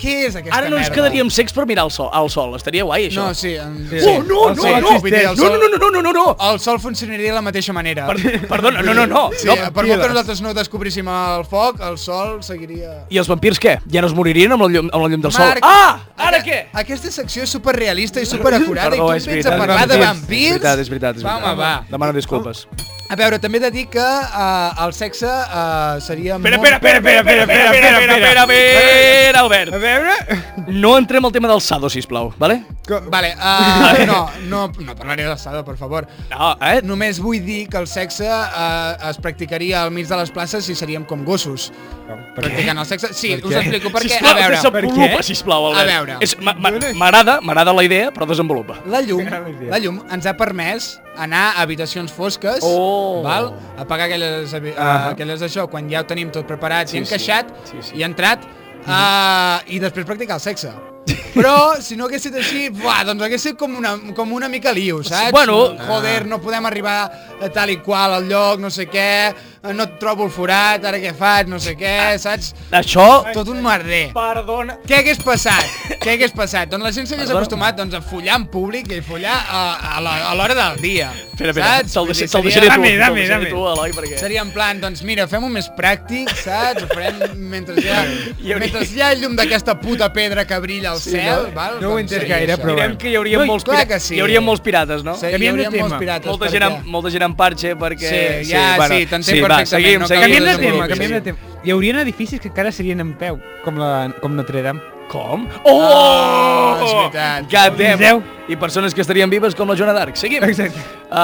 què és aquesta Ara no ens merda? quedaríem secs per mirar el sol, al sol. Estaria guai, això. No, sí. em- Sí. Oh, no, El no, sol no, existeix, no, no, el sol- no, no, no, no, no. El sol funcionaria de la mateixa manera. Per, perdona, no, no, no. Sí, eh, no. per molt que nosaltres no descobríssim el foc, el sol seguiria... I els vampirs què? Ja no es moririen amb la llum, amb la llum del sol? Marc, ah! Ara què? Aquesta secció és superrealista i superacurada Perdó, i és tu em vens veritat. a parlar de És vampirs? veritat, és veritat, és Va, veritat. home, va. Demano disculpes. A veure, també he de dir que uh, el sexe uh, seria Espera, molt... espera, espera, espera, espera, espera, espera, espera, espera, espera, Albert. A veure... No entrem al tema del Sado, sisplau, vale? Vale, uh, no, no, no parlaré de Sado, per favor. No, eh? Només vull dir que el sexe uh, es practicaria al mig de les places i seríem com gossos. Per què? Practicant el sexe... Sí, Per us què? explico per què. Sisplau, A veure, desenvolupa, sisplau, Albert. A veure. És- ma- ma- M'agrada, m'agrada la idea, però desenvolupa. la llum, idea. la llum ens ha permès anar a habitacions fosques, Oh. val? apagar aquelles, habi- eh, Ah. aquelles això, quan ja ho tenim tot preparat Sí, i sí. encaixat, Sí, sí. i entrat, uh, i després practicar el sexe. Però, si no hagués estat així, buah, doncs hagués estat com una, com una mica liu, saps? bueno. Ah. Joder, no podem arribar a tal i qual al lloc, no sé què, no et trobo el forat, ara què faig, no sé què, saps? Això... Tot un merder. Perdona... Què hagués passat? Què hagués passat? Doncs la gent s'hagués Perdona. acostumat doncs, a follar en públic i follar a, a la- a l'hora del dia. Espera, espera, saps? te'l Vull deixaré dir, tu. seria- te'l dame, deixaré dame. Tu, Eloi, perquè... Seria en plan, doncs mira, fem-ho més pràctic, saps? Ho farem mentre hi ha, Hi hauria- mentre hi ha llum d'aquesta puta pedra que brilla al cel. no? val? Doncs No ho he entès seria gaire, això. però Direm bueno. que hi hauria Ui, molts clar pirates. que sí. Hi hauria molts pirates, no? Sí, hi Canviem de hauria molts tema. pirates. molta, per gent què? amb, molta gent amb parxe perquè... Sí, ja, sí, t'entenc va, perfectament, seguim, no cal seguim. Canviem de Sí, tema, sí. canviem de tema. Hi haurien edificis que encara serien en peu, com, la, com Notre Dame. Com? Oh! Ah, és veritat. God damn. Museu. I persones que estarien vives com la Joana d'Arc. Seguim. Exacte. Uh,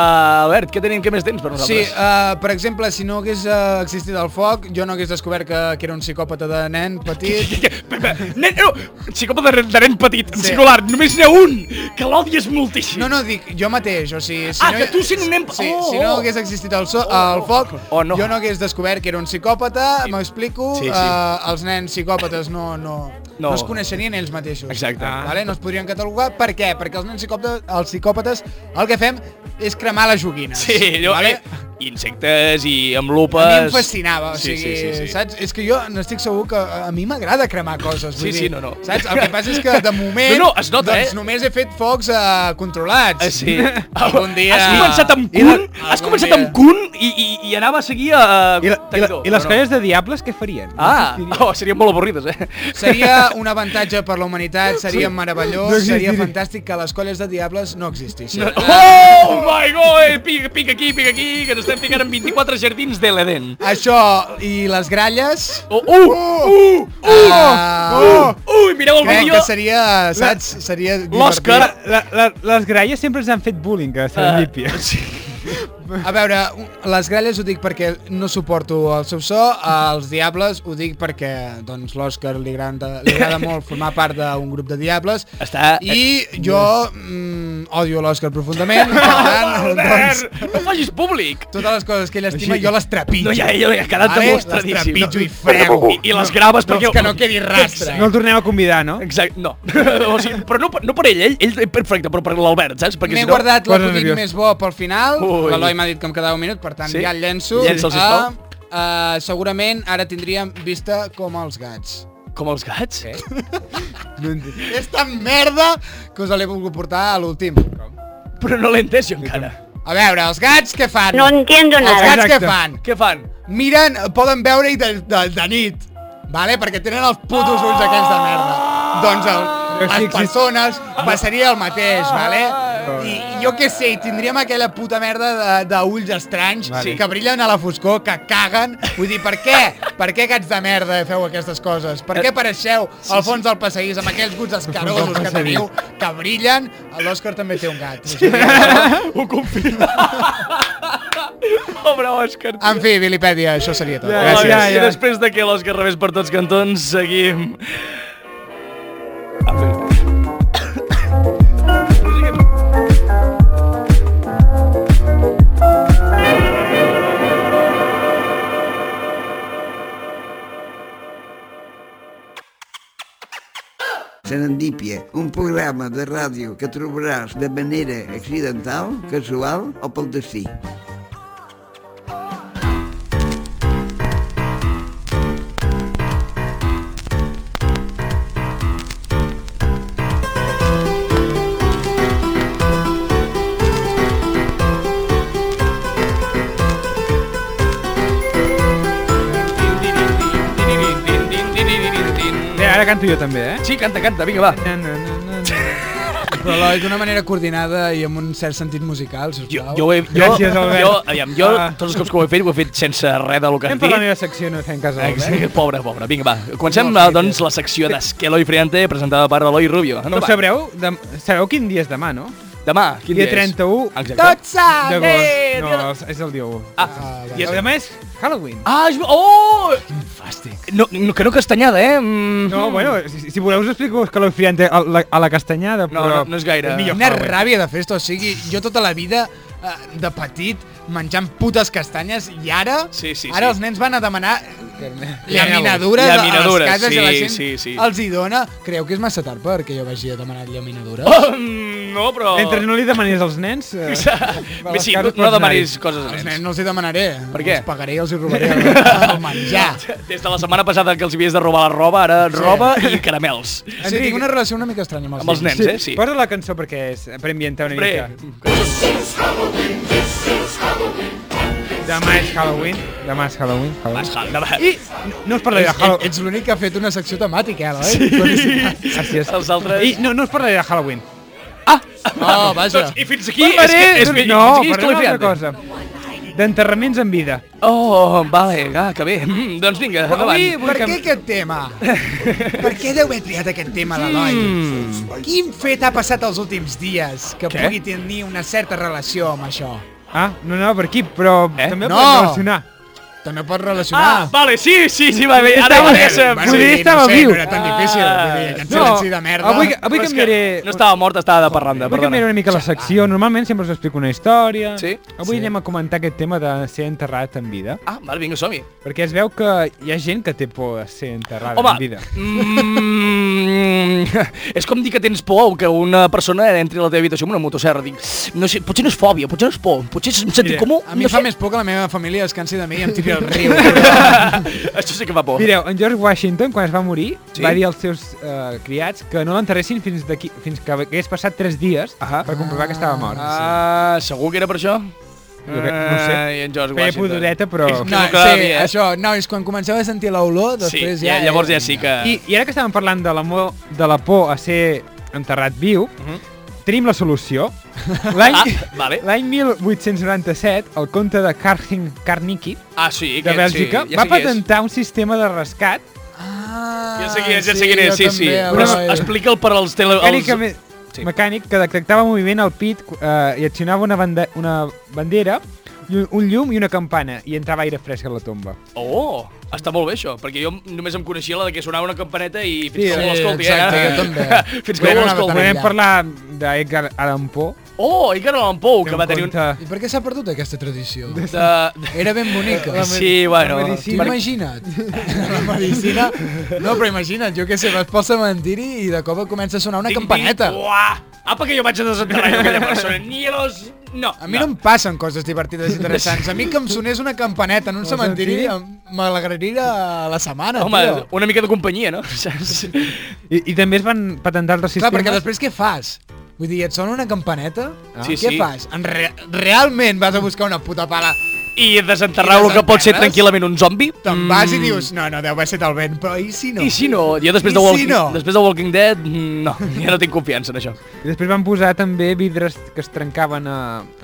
Albert, què tenim? Què més tens per Sí, nosaltres? uh, per exemple, si no hagués uh, existit el foc, jo no hagués descobert que, que era un psicòpata de nen petit. Uh... Nen, no, psicòpata de, de nen petit, en singular, només n'hi ha un, que l'odies moltíssim. No, no, dic jo mateix, o sigui... Si Ah, no, que tu sent un nen- Sí, Oh, si no oh. hagués existit el, so, el foc, Oh, no. jo no hagués descobert que era un psicòpata, m'explico, Sí, sí. eh, els nens psicòpates no, no, No. no. es coneixerien ells mateixos. Exacte. Ah. Vale? No es podrien catalogar. Per què? Perquè els nens psicòpates, els psicòpates el que fem és cremar les joguines. Sí, allò, vale? eh, insectes i amb lupes... A mi em fascinava, o Sí, sigui, sí, sí, sí. saps? És que jo n'estic segur que a a mi m'agrada cremar coses, vull Sí, dir, sí, no, no. saps? El que passa és *laughs* que de moment No, no, es nota, doncs, eh? només he fet focs eh, controlats. Ah, sí. *laughs* Algun dia... Has començat amb I de- Kun, has algun començat dia- amb Kun i, i, i anava a seguir a... I, la, i, la, Taidó, I les però no. colles de diables què farien? Ah, No existirien. oh, serien molt avorrides, eh? Seria un avantatge per la humanitat, seria meravellós, No seria existiria. fantàstic que les colles de diables no existissin. No. Ah, Oh my god, eh, pica, pica aquí, pica aquí, que ens estem ficant en 24 jardins de l'Eden. Això, i les gralles... Oh, uh, uh, uh, Ah. uh, uh, mireu el Crec vídeo. que seria, saps, seria L'Òscar. divertit. La, la, les gralles sempre ens han fet bullying a Serendipia. *laughs* Eh, sí. A veure, les gralles ho dic perquè no suporto el seu so, els diables ho dic perquè doncs l'Òscar li agrada, li agrada molt formar part d'un grup de diables Està- eh, i jo mm, odio l'Òscar profundament, per tant, doncs, Ah, Albert, no facis públic. totes les coses que ell estima jo les trepitjo. No, ja, ja, ja ha quedat Vale? demostradíssim. Les no? trepitjo i frego. I, I les graves No, perquè... és que no quedi rastre. No el tornem a convidar, no? Exacte, no. *laughs* o sigui, però no, per- no per ell, ell, ell és perfecte, però per l'Albert, saps? Perquè M'he si no... guardat Posa l'acudit nerviós. més bo pel final. Ui. L'Eloi m'ha dit que em quedava un minut, per tant Sí? ja el llenço. Llença'l, sisplau. Ah, eh, segurament ara tindríem vista com els gats. Com els gats? Eh? És tan merda que us l'he volgut portar a l'últim. Però no l'he entès jo encara. A veure, els gats què fan? Ah, No entiendo els nada. gats què Exacte. fan? Què fan? Miren, poden veure-hi de, de, de nit. vale? perquè tenen els putos ulls aquells de merda. Doncs el, Però sí, les exist- persones passaria el mateix, vale? I i jo què sé, i tindríem aquella puta merda de- d'ulls estranys Vale. que brillen a la foscor, que caguen. Vull dir, per què? Per què gats de merda feu aquestes coses? Per Eh, què apareixeu al fons del passadís amb aquells guts escarosos que teniu, que brillen? L'Òscar també té un gat. Ho confirma. Pobre Òscar. En fi, Vilipèdia, això seria tot. Oh, Ja, Gràcies. ja, ja. I després de que l'Òscar revés per tots cantons, seguim. Ah, Serendípia, un programa de ràdio que trobaràs de manera accidental, casual o pel destí. Bé, ara canto jo també, eh? Sí, canta, canta, vinga, va. Na, na, na, na. Però Eloi, d'una manera coordinada i amb un cert sentit musical, Jo, sisplau. jo, ho he, jo, Gràcies, Albert. jo, aviam, jo Ah. tots els cops que ho he fet, ho he fet sense res del que Anem has per la dit. meva secció, no fem cas a l'Albert. Exacte, Pobre, pobre. Vinga, va. Comencem, No, sí, eh, doncs, la secció d'Esqueloi Friante, presentada per Eloi Rubio. No Endavant. sabreu, dem sabeu quin dia és demà, no? Demà, quin dia dia 31 és? Exacte. Tot s'ha D'agost. de- No, és- és el Ah, dia 1. Ah, I el demà és Halloween. ah, és... Oh! Fàstic. No, no, que no castanyada, eh? Mm. No, bueno, si, si voleu us explico que l'ho friante a la, a la castanyada, No, però... no, no és gaire. És millor Quina Halloween. ràbia de festa, o sigui, jo tota la vida, eh, de petit, menjant putes castanyes, i ara, Sí, sí, ara sí. els nens van a demanar llaminadures, Llaminadures, a les cases i la sí, gent sí, sí. els hi dona. Creieu que és massa tard perquè jo vagi a demanar llaminadures? Oh, mm, *laughs* no, però... Mentre no li demanis als nens... Eh, Bé, sí, les no, cases no pots demanis anar-hi. coses als Els nens nens. no els hi demanaré. Per què? Els pagaré i els hi robaré el, *laughs* el menjar. Des de la setmana passada que els havies de robar la roba, ara roba i caramels. Sí, tinc una relació una mica estranya amb els, Amb els nens, eh? Sí. Posa la cançó perquè és per ambientar una Pre. mica. Demà és Halloween. Demà és Halloween. Halloween. I *laughs* No us parlaré de Ets, Halloween. ets l'únic que ha fet una secció temàtica, eh, Eloi? Sí. Gràcies. els altres... I no, no us parlaré de Halloween. Oh, vaja. Doncs, I fins aquí és Parlaré que... És d'un- que no, fins aquí és parlaré d'una Califiante. altra cosa. D'enterraments en vida. Oh, vale, ah, que bé. Mm, doncs vinga, Avui, endavant. per què aquest tema? per què deu haver triat aquest tema, l'Eloi? Mm. Quin fet ha passat els últims dies que Què? pugui tenir una certa relació amb això? Ah, no anava per aquí, però Eh? també ho No. podem relacionar. També pot relacionar. Ah, vale, sí, sí, sí, va bé. Ara eh, Estava- m'interessa. Bueno, Vull dir, estava no sé, viu. No era tan difícil. Vull dir, aquest No, silenci de merda. avui que- Però és que canviaré- No estava mort, estava de parranda, Avui perdona. canviaré Ah. una mica la secció. Normalment sempre us explico una història. Sí. Avui anem a comentar aquest tema de ser enterrat en vida. Ah, vale, vinga, som-hi. Perquè es veu que hi ha gent que té por a ser enterrada Home, en vida. mm, *laughs* és com dir que tens por o que una persona entri a la teva habitació amb una motoserra. Dic, no sé, potser no és fòbia, potser no és por, potser és un sentit Mira, comú. A mi no em fa sé. més por que la meva família es cansi de mi i em tiri al *laughs* riu. Però... Això sí que fa por. Mireu, en George Washington, quan es va morir, Oh. Sí? sí? va dir als seus eh, criats que no l'enterressin fins, d'aquí- fins que hagués passat 3 dies Ahà. per comprovar que estava mort. Ah, segur que era per això? Jo crec- no ho sé. Ai, en George Feia Washington. pudoreta, però... És que No, no quedava sí, bé, eh? això, nois, quan comenceu a sentir l'olor, Sí, després ja, ja... llavors ja sí que... eh, I, I ara que estàvem parlant de la, mo de la por a ser enterrat viu, tenim *laughs* la solució. L'any Mhm. Ah, vale. l'any 1897, el comte de Karhing Karnicki, Ah, sí, de aquest, Bèlgica, sí, ja va sé qui és. patentar un sistema de rescat Ah, Ja sé qui és, ja sé qui és, jo sí, sí. també, Però Eloi. explica'l per als tele... Els... mecànicament... Sí. Sí. mecànic que detectava moviment al pit eh, i accionava una, banda una bandera, i un, un llum i una campana i entrava aire fresc a la tomba. Oh, està molt bé això, perquè jo només em coneixia la de que sonava una campaneta i fins Sí, que algú l'escolti, exacte, eh? jo també. *laughs* Fins que algú Era una l'escolti. batalla. Podem parlar d'Edgar Allan Poe, Oh, Edgar Allan Poe, que un va tenir un... conte- I per què s'ha perdut aquesta *laughs* tradició? De... Era ben bonica. Sí, bueno. la medicina. per- Imagina't, la medicina... No, però imagina't, jo què sé, vas pel cementiri i de cop comença a sonar una Ding, ding, campaneta. Uah! Apa, que jo vaig a desenterrar jo aquella persona. Ni a los... No. A mi no em passen coses divertides i interessants. A mi que em sonés una campaneta en un cementiri cementiri? em- m'alegraria la setmana, Home, tio. una mica de companyia, no? *laughs* Saps? I, I també es van patentar altres Clar, sistemes... perquè després què fas? Vull dir, et sona una campaneta? Ah. Sí, què sí. fas? En re realment vas a buscar una puta pala i desenterrar el I que pot ser desenterres? tranquil·lament un zombi. Te'n vas i dius, no, no, deu haver set el vent, però i si no? Mm. I si no? Jo després, I de, si Walking, no? després de Walking Dead, mm, no, *laughs* ja no tinc confiança en això. I després van posar també vidres que es trencaven a,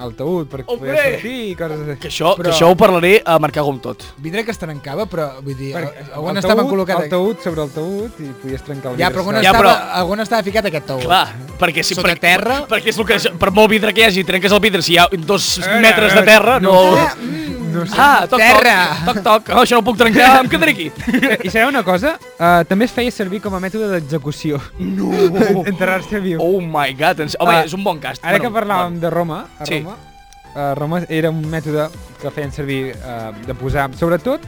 al taüt perquè Hombre! podia sortir i coses així. Que això, Però... que això ho parlaré a Marcar Gom Tot. Vidre que es trencava, però vull dir, Perquè algun el estava taüt- col·locat... El taüt sobre el taüt i podies trencar el Ja, vidre. però algun, Ja, ja, estava, però- algun estava ficat aquest taüt. Clar, perquè si... Sota per, terra? Perquè és el que, per molt vidre que hi hagi, trenques el vidre, si hi ha dos metres de terra, no... Ah, mm, no sé. Ah, toc, Terra! toc, toc, toc, oh, això no ho puc trencar, em quedaré aquí. I sabeu una cosa? Uh, també es feia servir com a mètode d'execució. *laughs* No! Enterrar-se viu. Oh my god, ens... home, Ah, és un bon cast. Ara que parlàvem de Roma, a Sí. Roma, a Roma era un mètode que feien servir uh, de posar, sobretot,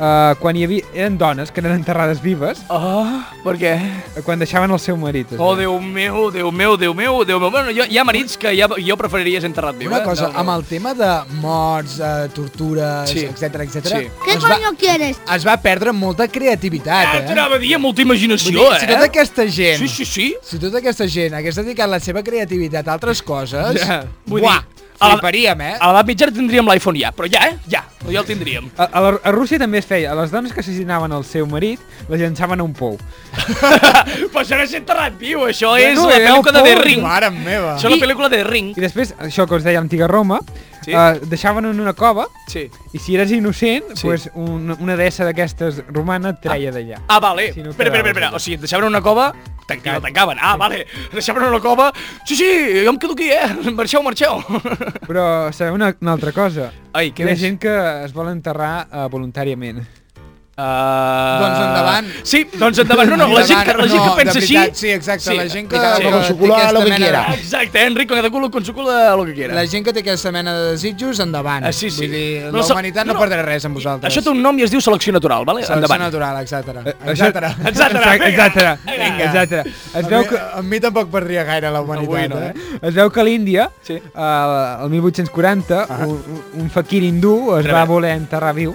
uh, quan hi havia, eren dones que eren enterrades vives, Oh, per què? eh, quan deixaven el seu marit. es Oh, diu. Déu meu, Déu meu, Déu meu, Déu meu. Bueno, jo, hi ha marits que ja, jo preferiria ser enterrat viu. eh? Una cosa, amb el tema de morts, eh, tortures, Sí. etc etc. Sí. ¿Qué coño quieres? es va perdre molta creativitat, Ah, eh? t'anava a dir, hi ha molta Vull imaginació, dir, si tota eh? aquesta gent... Sí, sí, sí. Si tota aquesta gent hagués dedicat la seva creativitat a altres coses, Ja, vull buah, dir, a la- fliparíem, eh? A l'edat mitjana tindríem l'iPhone ja, però ja, eh? Ja, ja el *laughs* tindríem. *laughs* A, a, la, a Rússia també es feia. A les dones que assassinaven el seu marit, les llançaven a un pou. però això no és enterrat viu, això és no, la era el pel·lícula de The pou, Ring. Oh, Mare meva. Això és la pel·lícula de The Ring. I després, això que us deia l'antiga Roma, Sí. sí. eh, deixaven en una cova Sí. i si eres innocent, Sí. sí. pues, una, una deessa d'aquestes romana et treia d'allà. Ah, vale. Si Espera, no espera, espera, espera. O sigui, et deixaven en una cova, tanquen, la tancaven. Ah, vale. Deixaven en una cova. Sí, sí, jo em quedo aquí, eh? Marxeu, *laughs* marxeu. Però sabeu una, una altra cosa? ah. Ai, què Hi ha més? gent que es vol enterrar uh, voluntàriament. Uh... Doncs endavant. Sí, doncs endavant. No, no, la gent que, la gent No, que pensa de així... veritat, Sí, exacte, la gent que... Sí. que té sucular, aquesta lo que mena de- quiera. Exacte, eh, Enric, con cada culo, con su culo, lo que quiera. La gent que té aquesta mena de desitjos, endavant. Ah, sí, sí. Vull dir, No, la so- humanitat no, no, no. perdrà res amb vosaltres. Això té un nom i es diu selecció natural, vale? Selecció endavant. natural, etc. Eh, Això- *laughs* Etc. Exacte, vinga. exacte, Vinga. exacte. Es veu que, Amb mi tampoc perdria gaire la Avui humanitat, no, eh? es veu que a l'Índia, Sí. sí. uh, el 1840, un, un fakir hindú es Tremendo. va voler enterrar viu.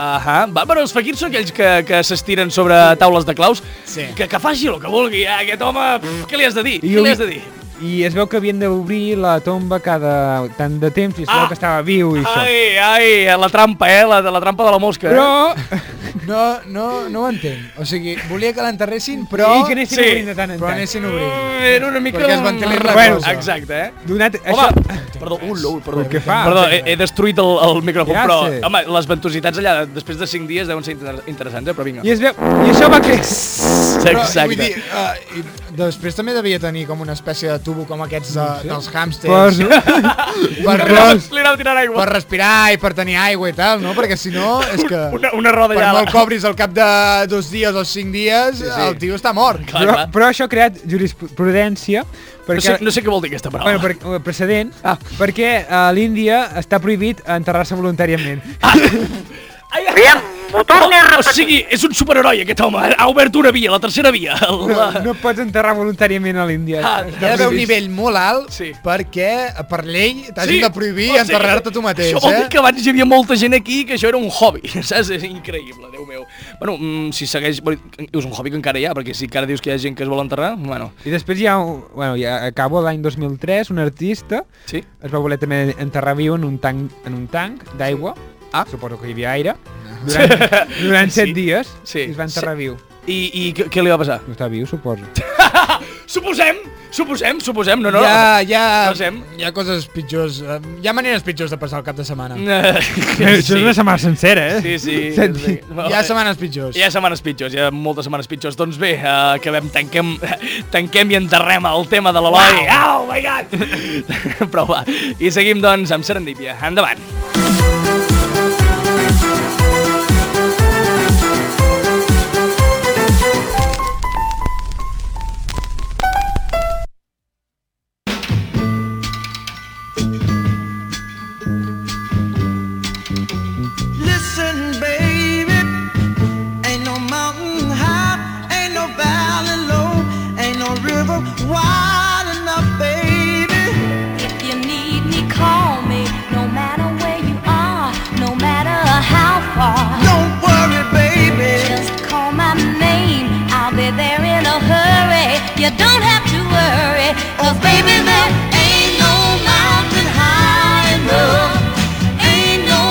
Ahà, va, però els faquirs són aquells que, que s'estiren sobre taules de claus. Sí. Que, que faci el que vulgui, eh? aquest home, pff, què li has de dir? I què jo li vi- has de dir? I es veu que havien d'obrir la tomba cada tant de temps i es Ah. veu que estava viu i això. Ai, ai, la trampa, eh? La, la trampa de la mosca. eh? Però... No, no, no ho entenc. O sigui, volia que l'enterressin, però... *laughs* I que anessin Sí. sí. obrint de tant en Però tant. anessin obrint. Mm, Era una mica... Perquè es ventilés la Bueno, cosa. Exacte, eh? Donat Home, això... perdó, un lou, perdó. Però què fa? Perdó, he, he destruït el, el micròfon, però, Gràcies. home, les ventositats allà, després de 5 dies, deuen ser inter interessants, eh? Però vinga. I es veu... I això va que... Però, Exacte. vull dir, uh, i després també devia tenir com una espècie de tubo com aquests de, dels hàmsters Poso... per, Li per, anava- Li anava tirant aigua. per respirar i per tenir aigua i tal, no? Perquè si no, és que... Una, una roda Per allà. molt cobris al cap de dos dies o cinc dies, sí, sí. el tio està mort. Clar, Però, clar. però això ha creat jurisprudència No sé, perquè... no sé què vol dir aquesta paraula. Bueno, per, eh, precedent, ah. perquè a l'Índia està prohibit enterrar-se *laughs* voluntàriament. Ah. Ai, ai, Aviam, m'ho torni a O sigui, és un superheroi aquest home. Ha obert una via, la tercera via. La... No pots enterrar voluntàriament a l'Índia. Ah, Hi ha d'haver un nivell molt alt Sí. perquè eh, per llei t'hagin de o prohibir sigui, enterrar-te tu mateix, Això vol dir eh? que abans hi havia molta gent aquí que això era un hobby, *laughs* saps? És increïble, Déu meu. Bueno, mm, si segueix... bueno, És un hobby que encara hi ha, perquè si encara dius que hi ha gent que es vol enterrar, bueno, I després hi ha, un- bueno, ja acabo l'any 2003, un artista sí. es va voler també enterrar viu en un tanc, en un tanc d'aigua. Ah. Suposo que hi havia aire. Durant, durant set Sí. dies Sí. i es va enterrar Sí. viu. I, i què, què li va passar? No està viu, suposo. Suposem, suposem, suposem, no, no. *laughs* Hi ha, hi ha, Passem. hi ha coses pitjors, eh, hi ha maneres pitjors de passar el cap de setmana. Eh, Això és una setmana sencera, eh? Sí, sí. *laughs* Set sí. dies. Hi ha setmanes pitjors. Hi ha setmanes pitjors, hi ha moltes setmanes pitjors. Doncs bé, uh, acabem, tanquem, tanquem i enterrem el tema de l'Eloi. Wow. Oh my god! *laughs* Però va, i seguim doncs amb Serendipia. Endavant. Listen, baby. Ain't no mountain high, ain't no valley low, ain't no river wide enough, baby. If you need me, call me. No matter where you are, no matter how far. Don't worry, baby. Just call my name. I'll be there in a hurry. You don't have to worry. Cause Oh, baby, there ain't no mountain high enough. Ain't no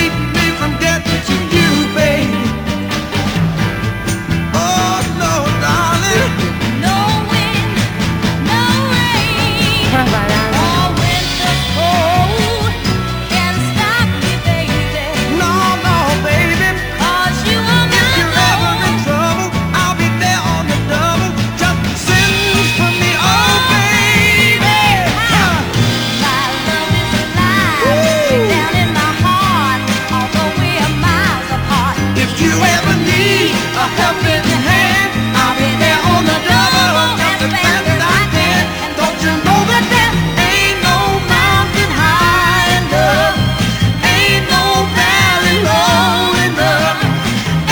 Oh, Oh, winter's cold can stop me, baby, No, no, baby. 'cause you are If you're ever my in gold. trouble, I'll be there on the double. Just send for me, oh baby. My love is alive down in my heart, although we are miles apart. If you ever need a helping hand, I'll be there on the double. Just as fast as I can. Don't you know that there ain't no mountain high enough, ain't no valley low enough,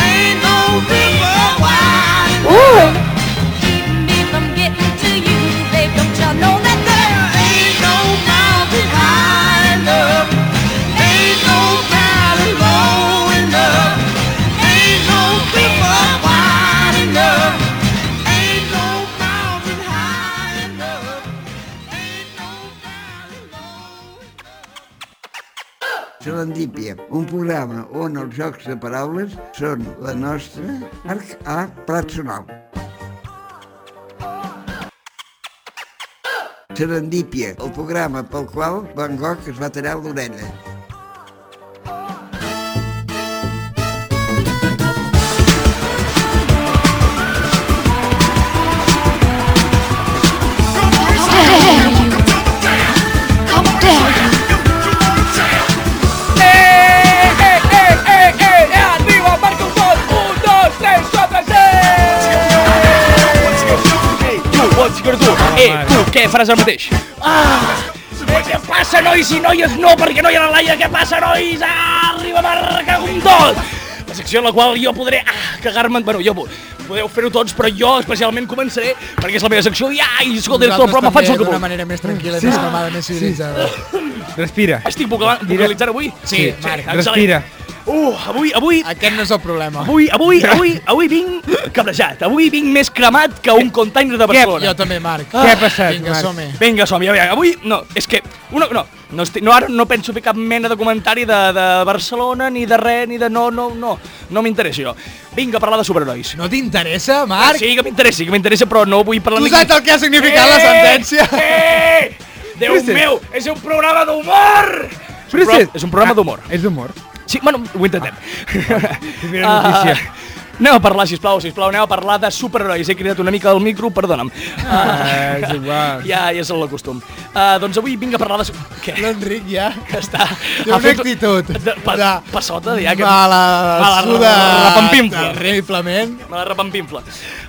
ain't no river wide enough. Keep me from getting to you, babe. Don't you know that there ain't no mountain high enough? Ain't no valley low enough. Ain't no river wide enough. Ain't no mountain high enough. Ain't no valley low enough. Serendípia, un programa on els jocs de paraules són la nostra arc a plat sonal. Serendípia, el programa pel qual Van Gogh es va tallar l'orella. Tu, what's gonna do? Eh, tu, què? Faràs el mateix? Ah! Eh, què passa, nois i noies? No, perquè no hi ha la Laia. Què passa, nois? Ah, arriba a marcar un dos! La secció en la qual jo podré ah, cagar-me... en- Bueno, jo pu- podeu fer-ho tots, però jo especialment començaré, perquè és la meva secció i, ai, escolta, tot el programa faig el que d'una puc. manera més tranquil·la, sí. més calmada, més civilitzada. Sí. Respira. Estic vocal- vocalitzant avui? Sí, Marc, excel·lent. respira. Uh, avui, avui, Aquest no és el problema. avui, avui, avui, avui vinc cabrejat. Avui vinc més cremat que un container de Barcelona. Jo també, Marc. Ah. Què ha passat, Vinga, Marc? som-hi. Vinga, som-hi, a veure, avui, no, és que, una, no, no, estic, no, ara no penso fer cap mena de comentari de, de Barcelona, ni de res, ni de no, no, no, no m'interessa jo. Vinga, a parlar de superherois. Ah, No t'interessa, Marc? Sí, que m'interessa, que m'interessa, però no vull parlar... Tu ni- saps el que ha significat la sentència? Eh! Déu Però és- meu, és un programa d'humor! És, un pro- és un programa d'humor. Ah, és *laughs* d'humor. Sí, bueno, ho intentem. primera notícia. anem a parlar, sisplau, sisplau, anem a parlar de superherois. He cridat una mica el micro, perdona'm. Ah, és igual. Ja, ja és el costum. Uh, doncs avui vinc a parlar de... su- Què? L'Enric ja. que està... Té ha una fet- actitud. De, pa, de... de- Passota, ja que... A la... A la- suda... repampinfla. Terriblement. Me la repampinfla.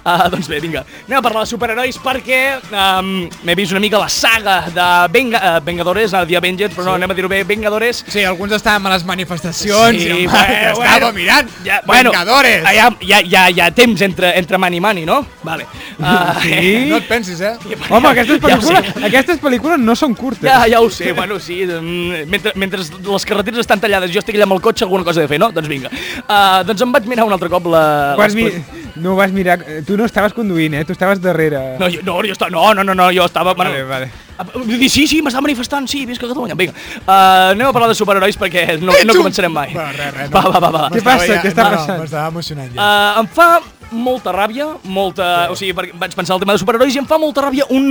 Uh, doncs bé, vinga, anem a parlar de superherois perquè um, m'he vist una mica la saga de Venga, uh, Vengadores, ara dia Avengers, però sí. no, anem a dir-ho bé, Vengadores. Sí, alguns estàvem a les manifestacions Sí, i el Marc bueno, estava bueno. mirant. Ja, bueno, Vengadores! Hi ha, hi, ha, hi, ha, hi ha temps entre, entre mani i mani, no? *laughs* Vale. Uh, Sí. No et pensis, eh? Home, aquestes Ja ho sé. pel·lícules, aquestes pel·lícules no són curtes. Ja, ja ho sé, bueno, sí, mm, mentre, mentre les carreteres estan tallades, jo estic allà amb el cotxe, alguna cosa he de fer, no? Doncs vinga. Uh, doncs em vaig mirar un altre cop la... Vas mi... les- No ho vas mirar, eh, tu no estaves conduint, eh? Tu estaves darrere. No, jo, no, jo estava, no, no, no, no, jo estava... bueno, Vale, vale. Ah, Vull dir, sí, sí, m'està manifestant, sí, visca Catalunya. Vinga, uh, anem a parlar de superherois perquè no, no un- començarem mai. Bueno, res, res, va, no. va, va, va. Què passa? Què està no, no, passant? M'estava emocionant ja. Uh, em fa molta ràbia, molta... O sigui, perquè vaig pensar el tema de superherois i em fa molta ràbia un,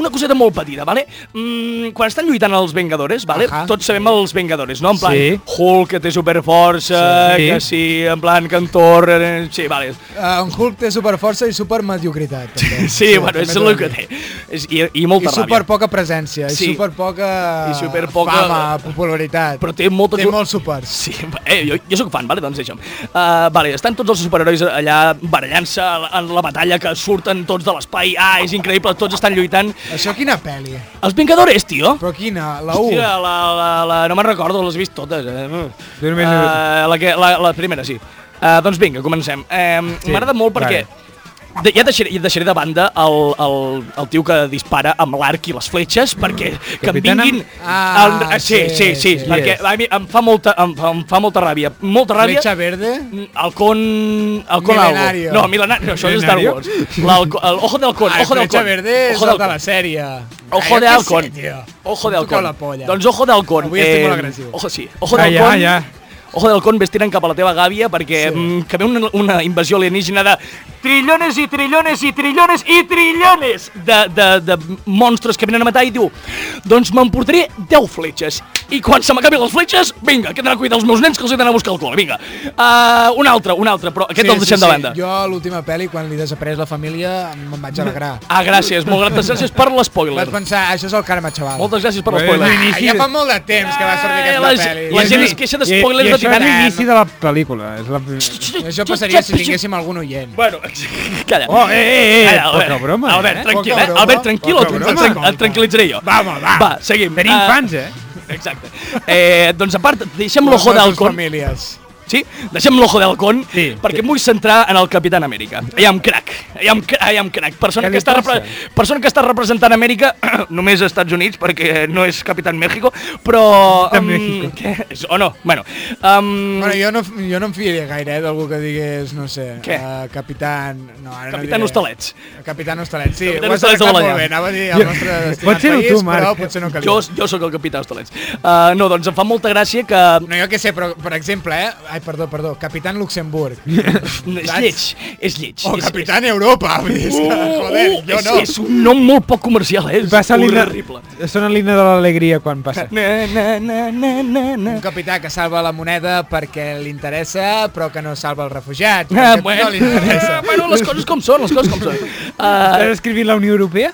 una coseta molt petita, vale? Mm, quan estan lluitant els Vengadores, vale? Ahà. Tots sabem els Vengadores, no? En plan, Sí. Hulk, que té superforça, Sí. sí. que sí, en plan, Cantor... Eh, sí, vale. Uh, en Hulk té superforça i supermediocritat. també. Sí, bueno, és el també t'ho que dic. té. És, i, I molta I ràbia. super poca presència, Sí. i super poca I superpoca- fama, popularitat. Però té tota- molta... Té molts supers. Sí, eh, jo, jo sóc fan, vale? doncs deixa'm. Uh, vale, estan tots els superherois allà barallant-se a la- en la batalla que surten tots de l'espai. Ah, és increïble, tots estan lluitant. Això quina pel·li? Els Vengadores, tio! Però quina? La 1? Hòstia, la, la, la, no me'n recordo, les he vist totes. Eh? Mm. Jo només he- Eh, la, que, la, la primera, sí. Uh, doncs vinga, comencem. Um, Sí, sí, M'agrada molt perquè... vale. De, ja deixaré, ja deixaré de banda el, el, el tio que dispara amb l'arc i les fletxes perquè que em Capitán Am- vinguin... Ah, el- eh, sí, sí, sí, sí, sí, perquè yes. a mi em fa molta, em fa, em fa molta ràbia. Molta ràbia... Fletxa verde? Halcón... Halcón algo. Milenario. No, milenario. No, això és Star Milenario? Wars. L'halcó- el- Ojo de halcón. Ah, Ojo de Fletxa halcón. verde és Ojo de el de halcón. la sèrie. Ojo Ah, jo de què halcón. sé, tio. Ojo de Em toqueu halcón. la polla. Doncs ojo de halcón. Avui estic molt agressiu. Ojo, sí. Ojo de Ah, ja, halcón. ja. mm, Ojo de halcón, vés tirant cap a la teva gàbia perquè sí. que ve una, una invasió alienígena de... trillones i trillones i trillones i trillones de, de, de monstres que venen a matar i diu doncs m'emportaré 10 fletxes i quan se m'acabin les fletxes, vinga, que tenen a cuidar els meus nens que els he d'anar a buscar alcohol, vinga. Uh, un altre, un altre, però aquest sí, el deixem sí, de banda. Jo a l'última pel·li, quan li desapareix la família, me'n vaig alegrar. Ah, gràcies, molt gràcies, gràcies per l'espoiler. Vaig pensar, això és el karma, xaval. Moltes gràcies per Bé, l'espoiler. l'inici Ah, ja fa molt de temps que va sortir Eh, aquesta la, pel·li. la gent I- es queixa d'espoilers de i això és Titanic. l'inici de la pel·lícula. És la... I Això passaria si tinguéssim algun oient. Bueno, *laughs* calla. Oh, eh, eh, eh, Calla, poca Albert. broma, eh? Albert, tranquil, Poca eh? broma, Albert, tranquil, poca el, el, broma. tran- el tranquil·litzaré jo. Vamos, va. Va, seguim. Tenim Eh, fans, eh? Exacte. Eh, doncs a part, deixem l'ojo Les nostres d'Alcon, famílies. sí? Deixem l'ojo d'Alcon, Sí. perquè em vull centrar en el Capitán Amèrica. Allà amb crac, allà amb, cra- allà amb crac. Persona Què que, li està repre passa? persona que està representant Amèrica, *clears throat* només als Estats Units, perquè no és Capitán México, però... Capitán em, México. què? És- O no, bueno. Um, Bueno, jo no, jo no em fiaria gaire, eh, d'algú que digués, no sé, Què? eh, capitán... No, ara Capitán no diré. Hostalets. Capitán Hostalets, sí. Capitán ho has Hostalets de tractat molt Balanyà. bé, anava a dir Jo- *laughs* el nostre Pots destinat ser-ho país, tu, Marc. però potser no calia. Jo, jo sóc el capità Hostalets. Uh, no, doncs em fa molta gràcia que No, jo què sé, però, per exemple, eh? Ai, perdó, perdó, Capitán Luxemburg. No, és Saps? lleig, és lleig. O és, Capitán Europa, vull dir, Oh, és que, joder, Uh, uh, jo és, no. és un nom molt poc comercial, eh? És Va ser l'himne... horrible. Sona l'himne de l'alegria quan passa. Na, na, na, na, na, na. Un capità que salva la moneda perquè li interessa, però que no salva els refugiats. Ah, perquè bueno. No li interessa. *laughs* Ah, bueno, les coses com són, les coses com són. Estàs Uh, escrivint la Unió Europea?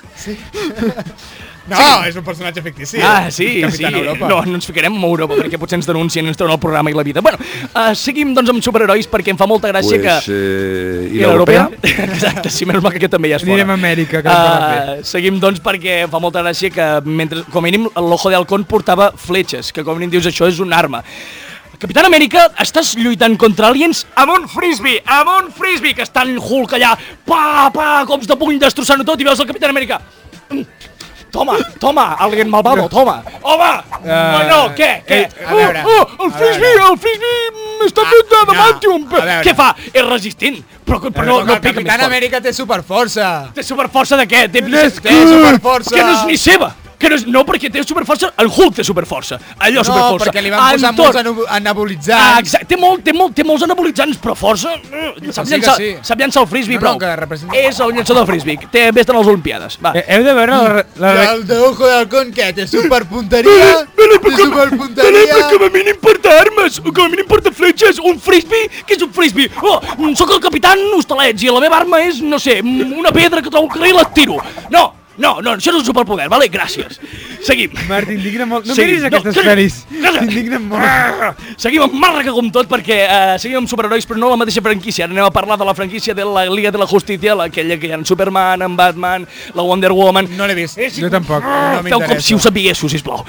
No, és un personatge fictici. ah, sí, sí. Capitán Europa. No, no ens ficarem a Europa perquè potser ens denuncien i ens treuen el programa i la vida. Bueno, uh, seguim doncs amb superherois perquè em fa molta gràcia que... Pues, eh, I l'europea? *laughs* Exacte, sí, menys mal que aquest també ja és fora. Anirem a Amèrica, que ens va Ah, seguim, doncs, perquè em fa molta gràcia que, mentre, com a mínim, l'Ojo de Halcón portava fletxes, que com a mínim dius, això és un arma. Capitán Amèrica, estàs lluitant contra aliens amb un frisbee, amb un frisbee, que està en Hulk allà, pa, pa, cops de puny destrossant-ho tot, i veus el Capitán Amèrica. Mm, Toma, toma, alien malvado, toma. Home, bueno, què, què? eh, a veure, oh, oh, el a frisbee, el frisbee està Ah, fet de no, damantium. a veure. Què fa? És resistent, però, però Però no, que no el pica més Capitán fort. Amèrica té superforça. Té superforça de què? Té, Té superforça. Que no és ni seva. Que no, és, no, perquè té superforça, el Hulk té superforça. Allò No, superforça. perquè li van posar En tot. molts anu- Ah, anabolitzants. exacte, té, molt, té, molt, té molts anabolitzants, però força... eh, Sap, sí que llançar, sí. sap llançar el frisbee, No, no, prou. que representa- És el llançador de frisbee. Té, vés-te'n a les Olimpiades. Va. Eh, Heu de veure la... Mm. la, I la el de Ojo del Con, què? Té superpunteria? Té Vale, però superpunteria? com a mínim porta armes, o com a mínim porta fletxes, un frisbee, que és un frisbee? Oh, mm, sóc el capitán Hostalets i la meva arma és, no sé, mm, una pedra que trobo al carrer i la tiro. No, no, no, això és un superpoder, vale? Gràcies. Seguim. Marc, t'indigna molt. No Sí, miris aquestes calla, pel·lis. calla. T'indigna Ah, molt. Seguim amb Màrrega com tot perquè eh, seguim amb superherois però no la mateixa franquícia. Ara anem a parlar de la franquícia de la Liga de la Justícia, la- aquella que hi ha en Superman, en Batman, la Wonder Woman... No l'he vist. Jo tampoc. Ah, no Feu com m'interessa. si ho sapiguéssiu, sisplau.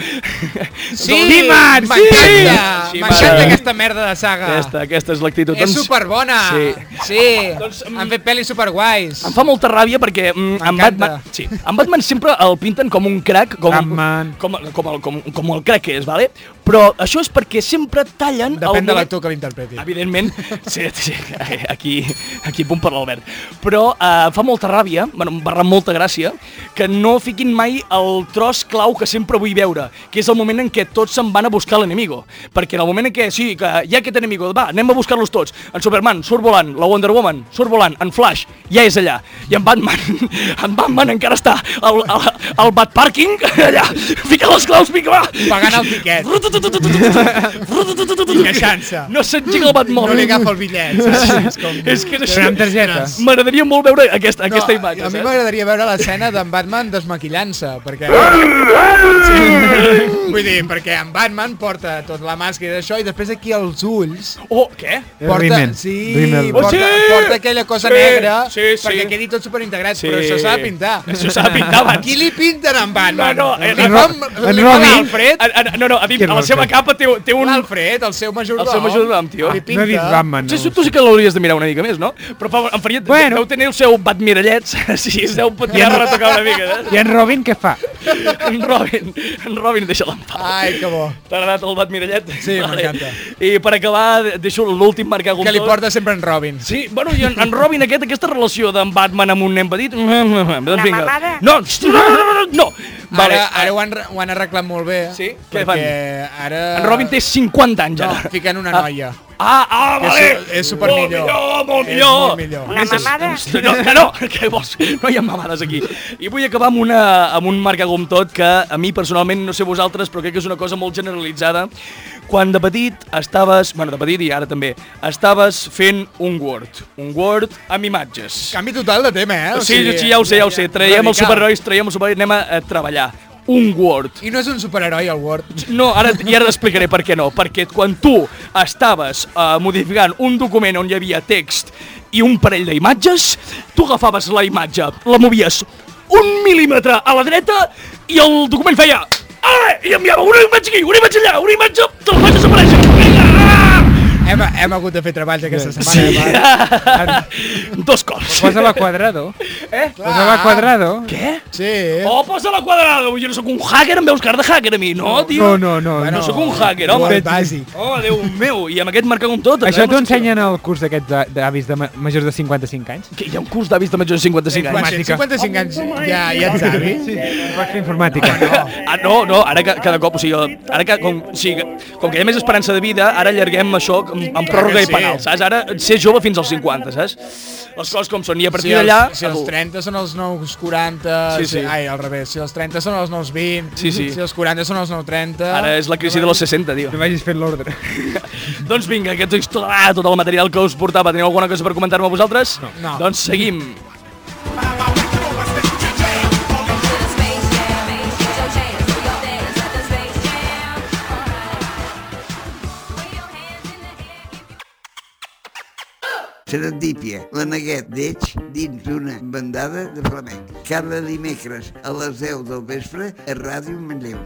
Sí, Dimarts, sí! m'encanta. Sí, M'encanta mare. aquesta merda de saga. Aquesta, aquesta és l'actitud. Ah. Doncs, És superbona. Sí. Sí. Doncs, mm, Han fet pel·lis superguais. Em fa molta ràbia perquè mm, en M'encanta. Batman, sí, en Batman sempre el pinten com un crack, com, Batman. com, com, el, com, com el crack que és, vale? però això és perquè sempre tallen... el Depèn de moment- l'actor que l'interpreti. Evidentment, sí, sí, aquí, aquí punt per l'Albert. Però eh, fa molta ràbia, bueno, em barra molta gràcia, que no fiquin mai el tros clau que sempre vull veure, que és el moment en què tots se'n van a buscar l'enemigo. Perquè en el moment en què, sí, que hi ha aquest enemigo, va, anem a buscar-los tots. En Superman surt volant, la Wonder Woman surt volant, en Flash ja és allà. I en Batman, *laughs* en Batman encara està al, al, al Bat Parking, *laughs* allà, fica les claus, vinga, va. Pagant el tiquet. I queixant-se. No s'engega el Batmòbil. No li agafa el *laughs* bitllet. saps? És com- És que és Però així. amb targeta. M'agradaria molt veure aquesta, No, aquesta imatge. A mi saps? m'agradaria veure l'escena d'en Batman desmaquillant-se, perquè... *laughs* Vull dir, perquè en Batman porta tot la màscara i d'això, i després aquí els ulls... Oh, què? Porta, Rímel. sí, Rímel. Porta, Oh, sí! porta aquella cosa Sí, negra sí, sí. perquè quedi tot superintegrat, però això s'ha de pintar. Això s'ha de pintar abans. Qui li pinten en Batman? No, no, eh, li en fa, en li fa Robin. l'Alfred? A, a, no, no, a, mi, Quin a la seva roca. capa té, té un... L'Alfred, el seu majordom. El seu majordom, tio. Li pinta. No he vist Batman. Sí, No. tu sí Ah, que l'hauries de mirar una mica més, no? Però fa, em faria... Bueno. Deu tenir el seu batmirallet, *laughs* sí, es deu patir a retocar una mica, saps? I en Robin què fa? en Robin, en Robin, deixa-la en pau. Ai, que bo. T'ha agradat el batmirallet? Sí, m'encanta. I per acabar, deixo l'últim marcar Que li porta sempre en Robin. Sí, bueno, i en, en Robin aquest, aquesta relació d'en Batman amb un nen petit... Doncs vinga. mamada. No, no, no, no, Vale. Ara, ara ho, han, re- ho han arreglat molt bé. Sí? Què Perquè fan? ara... En Robin té 50 anys, eh, No, ara. fiquen una Ah, noia. Ah, ah, Que vale! és- és Molt supermillor. És millor, molt molt millor. millor! Una És- és- mamada? Hosti, *laughs* No, que no, que vols? No hi ha mamades aquí. I vull acabar amb, una, amb un marcagom tot que a mi personalment, no sé vosaltres, però crec que és una cosa molt generalitzada. Quan de petit estaves, bueno, de petit i ara també, estaves fent un Word. Un Word amb imatges. Canvi total de tema, eh? O Sí, sí, sigui, sí, ja ho sé, ja ho sé. Traiem els radical. superherois, traiem els superherois, anem a, a treballar. Un Word. I no és un superheroi, el Word. No, ara, i ara t'explicaré per què no. Perquè quan tu estaves uh, modificant un document on hi havia text i un parell d'imatges, tu agafaves la imatge, la movies un mil·límetre a la dreta i el document feia... Ah! I enviava una imatge aquí, una imatge allà, una imatge... Te la faig desaparèixer! Vinga! Ah! Hem, hem hagut de fer treballs aquesta setmana. Sí. eh, *laughs* Dos cops. Posa-la quadrado. Eh? Posa-la quadrado. Què? va? eh, Sí. Oh, posa-la quadrada, jo no sóc un hacker, em veus cara de hacker a mi, no, tio? No, no, no. Oh, No Bueno, sóc un hacker, igual home. bàsic. Oh, Déu meu, i amb aquest marcar un tot. Això eh? t'ho ensenyen al curs d'aquests a- d'avis de ma- majors de 55 anys? Que hi ha un curs d'avis de majors de 55 Quan anys. tens Informàtica. 55 Oh, anys, ja, ja ets avi. Vaig fer informàtica. *laughs* Ah, no, no, ara ca- cada cop, o sigui, jo- ara que, com, o sigui, com que hi ha més esperança de vida, ara allarguem això amb, amb pròrroga que i sí. penal, saps? Ara ser jove fins als 50, saps? Les coses com són, i a Si partir d'allà... els, si els adult. 30 són els nous 40... Sí, si- sí. Ai, al revés. Si els 30 són els nous 20... Sí, sí. Si els 40 són els nous 30... Ara és la crisi de los 60, tio. No vagis fent l'ordre. Doncs vinga, que tot, ah, tot el material que us portava. Teniu alguna cosa per comentar-me a vosaltres? No. No. Doncs seguim. Serendípia, la neguet d'Eix dins d'una bandada de flamenc. Cada dimecres a les 10 del vespre a Ràdio Manlleu.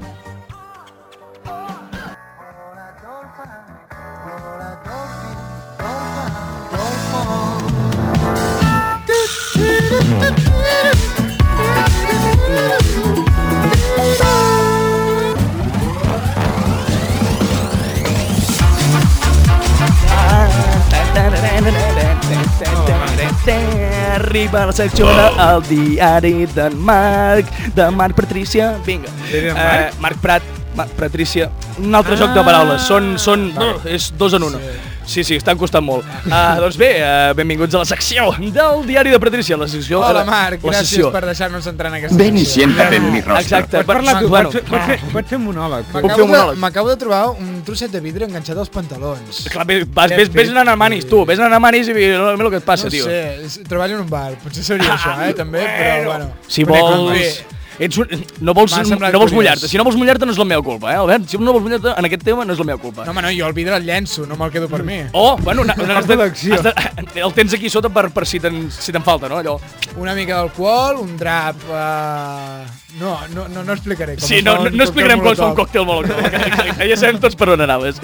Arriba la secció del diari d'en Marc, de Marc Patricia. Vinga. Diari d'en Eh, Marc Prat, Marc Patricia. Un altre joc Ah. de paraules. Són, són, brr, és dos en una. Sí, sí, estan costant molt. Ah, doncs bé, eh, benvinguts a la secció del diari de Patricia, la secció... Hola, la- Marc, la gràcies sessió. per deixar-nos entrar en aquesta Ven y secció. siéntate en mi rostro. Exacte, Pots parlar tu, bueno, pots, fer- pots, fer, pots fer un monòleg. Ah. tu. Puc fer un M'acabo de, monòleg? m'acabo de trobar un trosset de vidre enganxat als pantalons. Clar, ves, vas, ves, ves anant a manis, tu, ves anant a manis i mira el que et passa, No tio. sé, és- treballo en un bar, potser seria això, eh, també, però bueno. Si Conec un vols... bar. Ets un, no vols, M'ha semblat no vols curiós. mullar-te. Si no vols mullar-te no és la meva culpa, eh, Albert? Si no vols mullar-te en aquest tema no és la meva culpa. No, home, no, jo el vidre el llenço, no me'l quedo per mi. Oh, bueno, una, una, has de, d'elecció. has de, *laughs* el tens aquí sota per, per si te'n si te'n falta, no? Allò. Una mica d'alcohol, un drap... eh, No, no, no, no explicaré com Sí, es no, fa un no, no explicarem com es fa un molotov. còctel molt. Ja sabem tots per on anaves.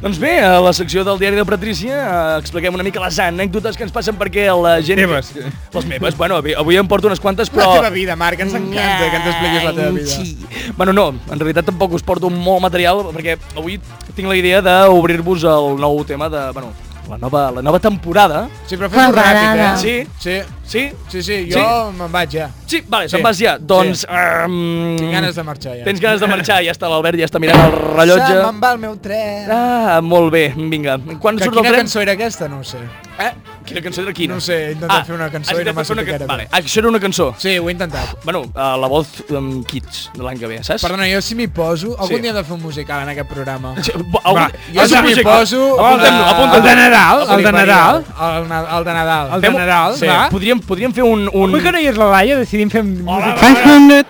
Doncs bé, a la secció del diari de Patrícia eh, expliquem una mica les anècdotes que ens passen perquè la gent... Teves. Les meves, bueno, avui, avui em porto unes quantes, La però... teva vida, Marc, ens encanta que ens expliquis la teva vida. Sí. Bueno, no, en realitat tampoc us porto molt material, perquè avui tinc la idea d'obrir-vos el nou tema de... Bueno, la nova, la nova temporada. Sí, però fes-ho ràpid, eh? Sí? Sí, Sí? sí, sí, Sí? jo me'n vaig ja. Sí, vale, Sí. se'n vas ja. Doncs... Um, Tinc ganes de marxar ja. Tens ganes de marxar, ja està, l'Albert ja està mirant el rellotge. Se me'n va el meu tren. Ah, molt bé, vinga. Quan Que surt el quina tren? cançó era aquesta? No ho sé. Eh? Quina cançó era quina? Ah, No ho sé, he intentat fer una cançó has i no intentat m'ha fer una sortit can- gaire Vale, bé. això era una cançó. Sí, ho he intentat. Bueno, uh, la voz um, Kids de l'any que ve, saps? Perdona, jo si m'hi poso, algun Sí. dia hem de fer un musical en aquest programa. Sí, bo- algun- Jo és si un m'hi projecte. poso... Apuntem-lo, apuntem-lo. El de Nadal, el de Nadal. El, na- el de Nadal. El de Fem- Nadal, sí. va. Podríem, podríem fer un... un... Avui que no hi és la Laia, decidim fer música.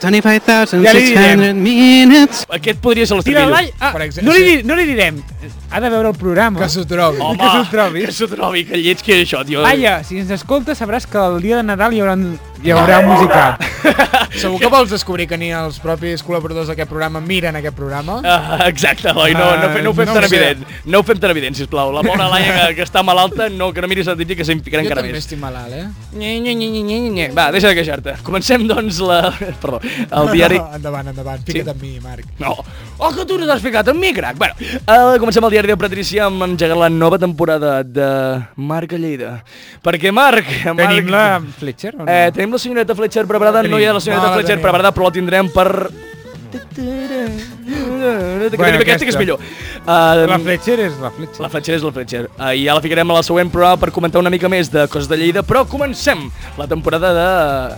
525,600 Ja li direm. minutes. Aquest podria ser l'estat Tira la millor. Laia. Ah, Per exemple, no, li, sí. di- no li direm. Ha de veure el programa. Que s'ho trobi. Home, que se'l trobi. Que s'ho trobi, que lleig que era això, tio. Laia, si ens escoltes sabràs que el dia de Nadal hi haurà, un- hi haurà un musical. Segur que vols descobrir que ni els propis col·laboradors d'aquest programa miren aquest programa. Ah, exacte, Eloi, no, no, fe- no ho fem Ah, no tan no ho sé. evident. No ho fem tan evident, sisplau. La bona Laia que, que està malalta, no, que no miris la títria, que se'n ficarà jo encara també més. estic malalt, eh? Nye, nye, nye, nye, nye, nye. Va, deixa de queixar-te. Comencem, doncs, la... Perdó, el diari... *laughs* endavant, endavant. Fica't amb mi, Marc. No. Oh, que tu no t'has ficat amb mi, crac. Bueno, uh, comencem el diari de Patricia amb engegar la nova temporada de Marc a Lleida. Perquè Marc... eh, Tenim Marc... la Fletcher o no? Eh, tenim la senyoreta Fletcher preparada, no hi ha la senyoreta No la Fletcher tenim. preparada, però la tindrem per Bueno, Bueno, aquesta, aquesta que és aquesta. millor. La Uh, Fletcher és la Fletcher. la Fletcher és la Fletcher. Uh, I ja la ficarem a la següent programa per comentar una mica més de coses de Lleida, però comencem la temporada de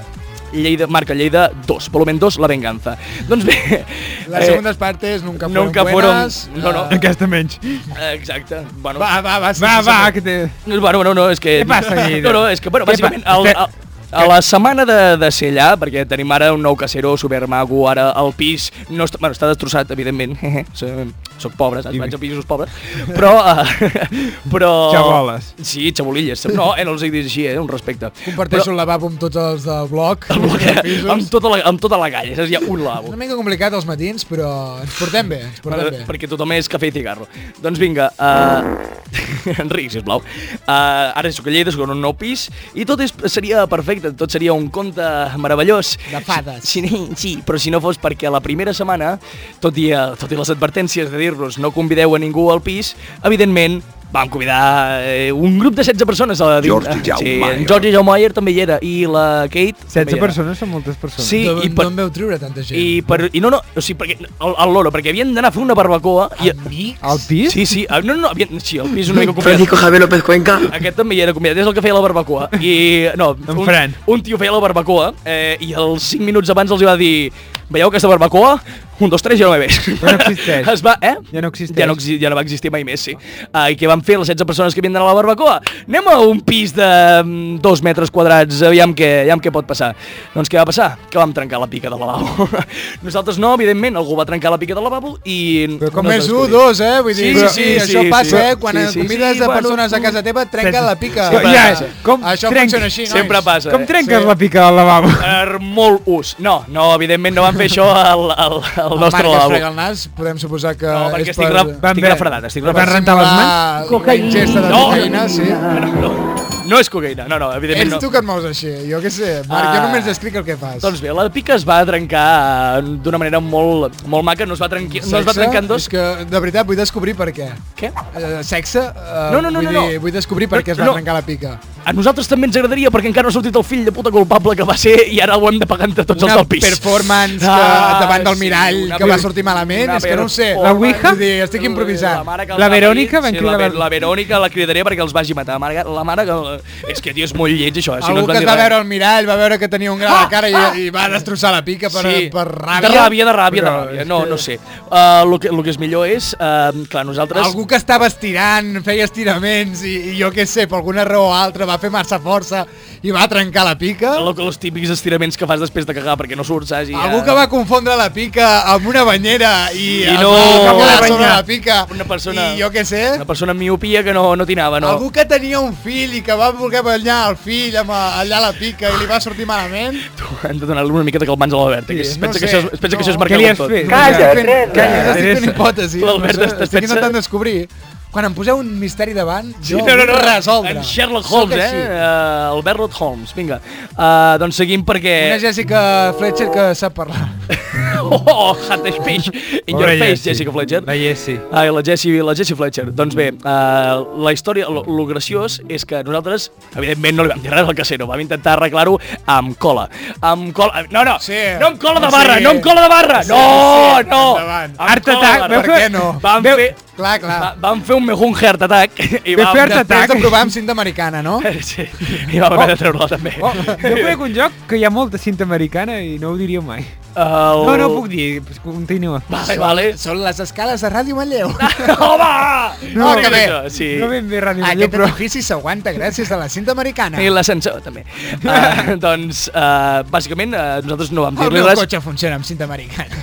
Lleida, marca Lleida 2, volumen 2, La Venganza. Doncs bé... Las segundas partes nunca fueron nunca fueron- buenas. no, no. eh, Aquesta menys. Eh, exacte. Bueno, Va, va, va. sí, Va, sí, va, sí. que té... No, Bueno, bueno, no, és que... Què passa, Lleida? No, no, és que, bueno, Què bàsicament, pa- el, Què- el, a la setmana de, de ser allà, perquè tenim ara un nou casero supermago, ara al pis, no està, bueno, està destrossat, evidentment, *laughs* soc, soc pobre, saps? Vaig a pisos pobres, però... eh, *laughs* però... Xaboles. Sí, xabolilles. No, eh, no els dic així, eh, un respecte. Comparteixo el lavabo amb tots els del bloc. Però, el bloc, eh, pisos. amb, tota la, amb tota la galla, saps? Hi ha un És lavabo. una mica complicat els matins, però ens portem bé, ens portem Per, bé. perquè tothom és cafè i cigarro. Doncs vinga, uh, *laughs* Enric, sisplau. Uh, ara sóc a Lleida, sóc en un nou pis, i tot és, seria perfecte, tot seria un conte meravellós. De fades. Si, si, sí, però si no fos perquè la primera setmana, tot i, eh, tot i les advertències de dir-los no convideu a ningú al pis, evidentment vam convidar eh, un grup de 16 persones. A, Jordi Jaumeyer. Sí, Jordi Jaumeyer també hi era, i la Kate... també hi 16 era. persones són moltes persones. Sí, D'on- i per, D'on veu treure tanta gent? i, per, i no, no, o sigui, perquè, al, al loro, perquè havien d'anar a fer una barbacoa Ah. i, Amics? Al pis? Sí, sí, ah, no, no, havien, sí, el pis una mica convidat. Francisco Javier López Cuenca. Aquest també hi era convidat, és el que feia la barbacoa. I, no, En un, Fran. un tio feia la barbacoa eh, i els 5 minuts abans els hi va dir veieu aquesta barbacoa? Un, dos, tres, ja no ve més. Ja no existeix. Es va, eh? Ja no existeix. Ja no, exi- ja no va existir mai més, sí. Ah, I què van fer les 16 persones que havien d'anar a la barbacoa? Anem a un pis de mm, dos metres quadrats, aviam què, aviam què pot passar. Doncs què va passar? Que vam trencar la pica del lavabo. *laughs* Nosaltres no, evidentment, algú va trencar la pica del lavabo i... Però com no es va Més un, descobrir. dos, eh? Vull dir, Sí, sí, sí, sí, sí, això sí, passa, sí. eh? Sí, Quan sí, sí. convides Sí, de bueno, persones a casa teva, trenca la pica. sempre Ja, passa. Com Això trenqui- funciona així, nois. Sempre passa. Com eh? trenques Sí. la pica del lavabo? per molt ús. No, no, evidentment no van fer això al, al, al El nostre Marc es lavabo. frega el nas, podem suposar que No, perquè és estic, per... ref, Van estic bé. refredat, estic Van refredat. rentar les simular mans? Ah, La ingesta de No. cocaïna, sí. No, no, no és cocaïna, no, no, evidentment Ets tu no. que et mous així, jo què sé. Marc, Ah. jo només descric el que fas. Doncs bé, la pica es va trencar eh, d'una manera molt, molt maca, no es va, trenqui, no es va Sexe, trencar en dos. És que, de veritat, vull descobrir per què. Què? Eh, sexe? Eh, No, no, no, vull, no, dir, no. vull descobrir per No, què es va no. trencar la pica. A nosaltres també ens agradaria perquè encara no ha sortit el fill de puta culpable que va ser i ara ho hem de pagar entre tots una els del pis. performance que, Ah, davant del sí, mirall una que va per- sortir malament, una és que no ho sé. performance. La Ouija? Vull dir, estic improvisant. mare que el La va parir, Verònica van sí, cridar la, la- Ver- la Verònica la cridaré perquè els vagi matar. La mare, que- la mare que... És que, tio, és molt lleig, això. eh? Si Algú no ens van que es dir va res. veure al mirall va veure que tenia un gra a la cara i, i va destrossar la pica per, per Ah! ràbia. De ràbia, de ràbia, de Però ràbia. és No, que- no sé. Uh, el, que, el que és millor és, uh, clar, nosaltres... Algú que estava estirant, feia estiraments i, i jo què sé, per alguna raó o altra va fer massa força i va trencar la pica. El, els típics estiraments que fas després de cagar perquè no surts, saps? I, Algú eh, que va confondre la pica amb una banyera i, I es no- va Una cagar sobre banya. la pica. Una persona... I jo què sé. Una persona amb miopia que no, no tinava, no. Algú que tenia un fill i que va voler banyar el fill amb a- allà a la pica i li va sortir malament. Tu, hem de donar-li una miqueta de calmants a l'Albert, que es no pensa, que, sé, això, es pensa que no. això és Què marcar li amb has tot. fet? Calla, Estic fent- Teresa. Calla, estic fent Teresa. hipòtesi. L'Albert no sé, està- estic pensa- intentant descobrir. Quan em poseu un misteri davant, jo no, no, no, vull resoldre. En Sherlock Sóc Holmes, eh? així. Uh, Albert Rod Holmes, vinga. Uh, doncs seguim perquè... Una Jessica Fletcher que sap parlar. *laughs* Oh, oh, Hunter Page, in your Pobre face, Jessie. Jessica Fletcher. La Jessie. Ai, la Jessie, la Jessie Fletcher. Doncs bé, uh, la història, lo, lo graciós és que nosaltres, evidentment, no li vam dir res al casero, vam intentar arreglar-ho amb cola. Amb cola... eh, No, no, Sí. no amb cola de barra, Sí. no amb cola de barra! Sí, no, sí, no! endavant. Amb Art cola de Attack, barra. veu Per què no? Vam Veu- fer... Clar, clar. Va, vam fer un mejun heart attack i Veu vam... fer Heart Després Attack. de provar amb cinta americana, no? Sí, i vam haver de treure-la també. Oh, jo conec un joc que hi ha molta cinta americana i no ho diríeu mai. El... No, no ho puc dir, pues, continua. Vale, vale. Són les escales de Ràdio Manlleu. Home! No, Molt que bé, bé. això, Sí. No ben bé Ràdio Manlleu, Aquest però... edifici s'aguanta gràcies a la cinta americana. I l'ascensor, també. Uh, doncs, uh, bàsicament, uh, nosaltres no vam El dir-li meu res. cotxe funciona amb cinta americana. *laughs*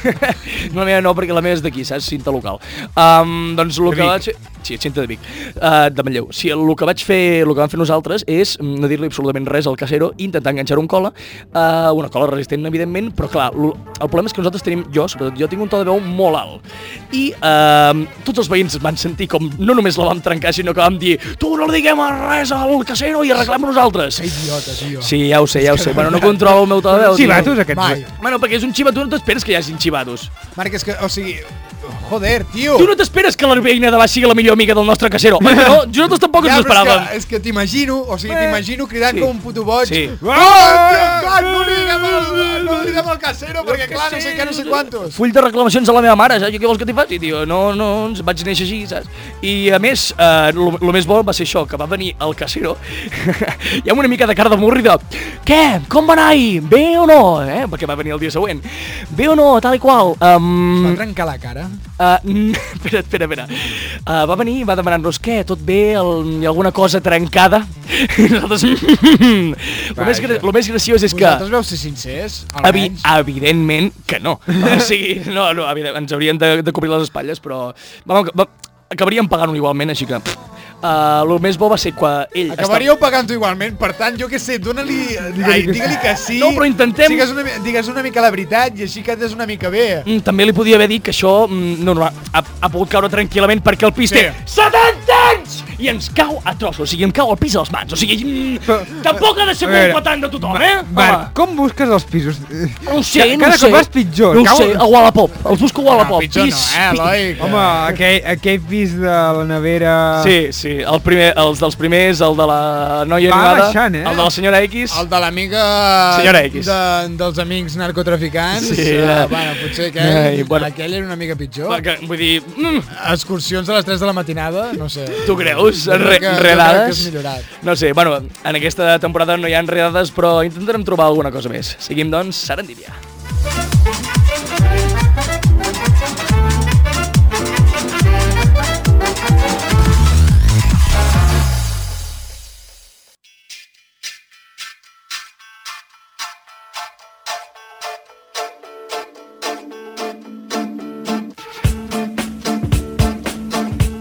No, la meva no, perquè la meva és d'aquí, saps? Cinta local. Um, doncs el De que Vic. vaig fer... Sí, cinta de Vic, uh, de Manlleu. Sí, el que vaig fer, el que vam fer nosaltres és mm, no dir-li absolutament res al casero, intentar enganxar un cola, uh, una cola resistent, evidentment, però clar, lo- el problema és que nosaltres tenim, jo, sobretot jo, tinc un to de veu molt alt. I uh, tots els veïns van sentir com no només la vam trencar, sinó que vam dir tu no li diguem res al casero i arreglem nosaltres. Que idiota, tio. Sí, ja ho sé, ja ho sé. Bueno, *laughs* no controlo el meu to de veu. tio. Xivatos, eh? aquests. Mai. Bueno, perquè és un xivato, no t'esperes que hi hagi xivatos. Marc, és que, o sigui... oh, Joder, tio. Tu no t'esperes que l'Arbeina de baix sigui la millor amiga del nostre casero. Oi que *laughs* no? Nosaltres tampoc ens ja, ho però esperàvem. És que, és que t'imagino, o sigui, t'imagino cridant Sí. com un puto boig. Sí. Oh, Dios, no li diguem al- no li diguem al casero, perquè clar, no sé què, no sé quantos. Full de reclamacions a la meva mare, saps? Jo què vols que t'hi faci, tio? No, no, ens vaig néixer així, saps? I a més, eh, lo, lo més bo va ser això, que va venir el casero, *laughs* i amb una mica de cara de murri de què, com va anar ahir? Bé o no? Eh? Perquè va venir el dia següent. Bé o no, tal i qual. Um, Va trencar la cara? Uh, *laughs* espera, espera, espera. Uh, va venir i va demanar-nos què, tot bé, el, hi ha alguna cosa trencada? *laughs* I nosaltres... "Mm, lo, més gra... lo més graciós és que... Vosaltres veu ser sincers? Evi Almenys. evidentment que no. O sigui, no, no, evident- ens haurien de, de cobrir les espatlles, però vam, va, acabaríem pagant-ho igualment, així que... Uh, el més bo va ser quan ell... Acabaríeu pagant-ho igualment, per tant, jo què sé, dóna-li... Ai, Digue-li que sí. No, però intentem- Digues una, mi- digues una mica la veritat i així quedes una mica bé. Mm, també li podia haver dit que això mm, no, no, ha, ha pogut caure tranquil·lament perquè el pis Sí. sí. té 70 anys i ens cau a trossos, o sigui, em cau el pis a les mans, o sigui, mm, tampoc ha de ser A veure, culpa tant de tothom, eh? Marc, com busques els pisos? Home, no ho sé, no Ca- ho cada sé. cop vas pitjor. No ho Cau- sé, a Wallapop, els busco a Wallapop. No, pitjor no, eh, pi- Eloi? Que- Home, aquell, aquell pis de la nevera... Sí, sí, el primer, els dels primers, el de la noia Va animada, baixant, eh? el de la senyora X. El de l'amiga... Senyora X. De, dels amics narcotraficants. Sí, eh, eh. bueno, potser aquell, Ai, Ai, bueno. bueno. aquell era una mica pitjor. Va, que, vull dir, mm, Excursions a les 3 de la matinada, no sé. Tu creus? Jo crec Re que- jo crec que redades? has millorat. No sé, bueno, en aquesta temporada no hi ha redades, però intentarem trobar alguna cosa més. Seguim, doncs, Serendipia.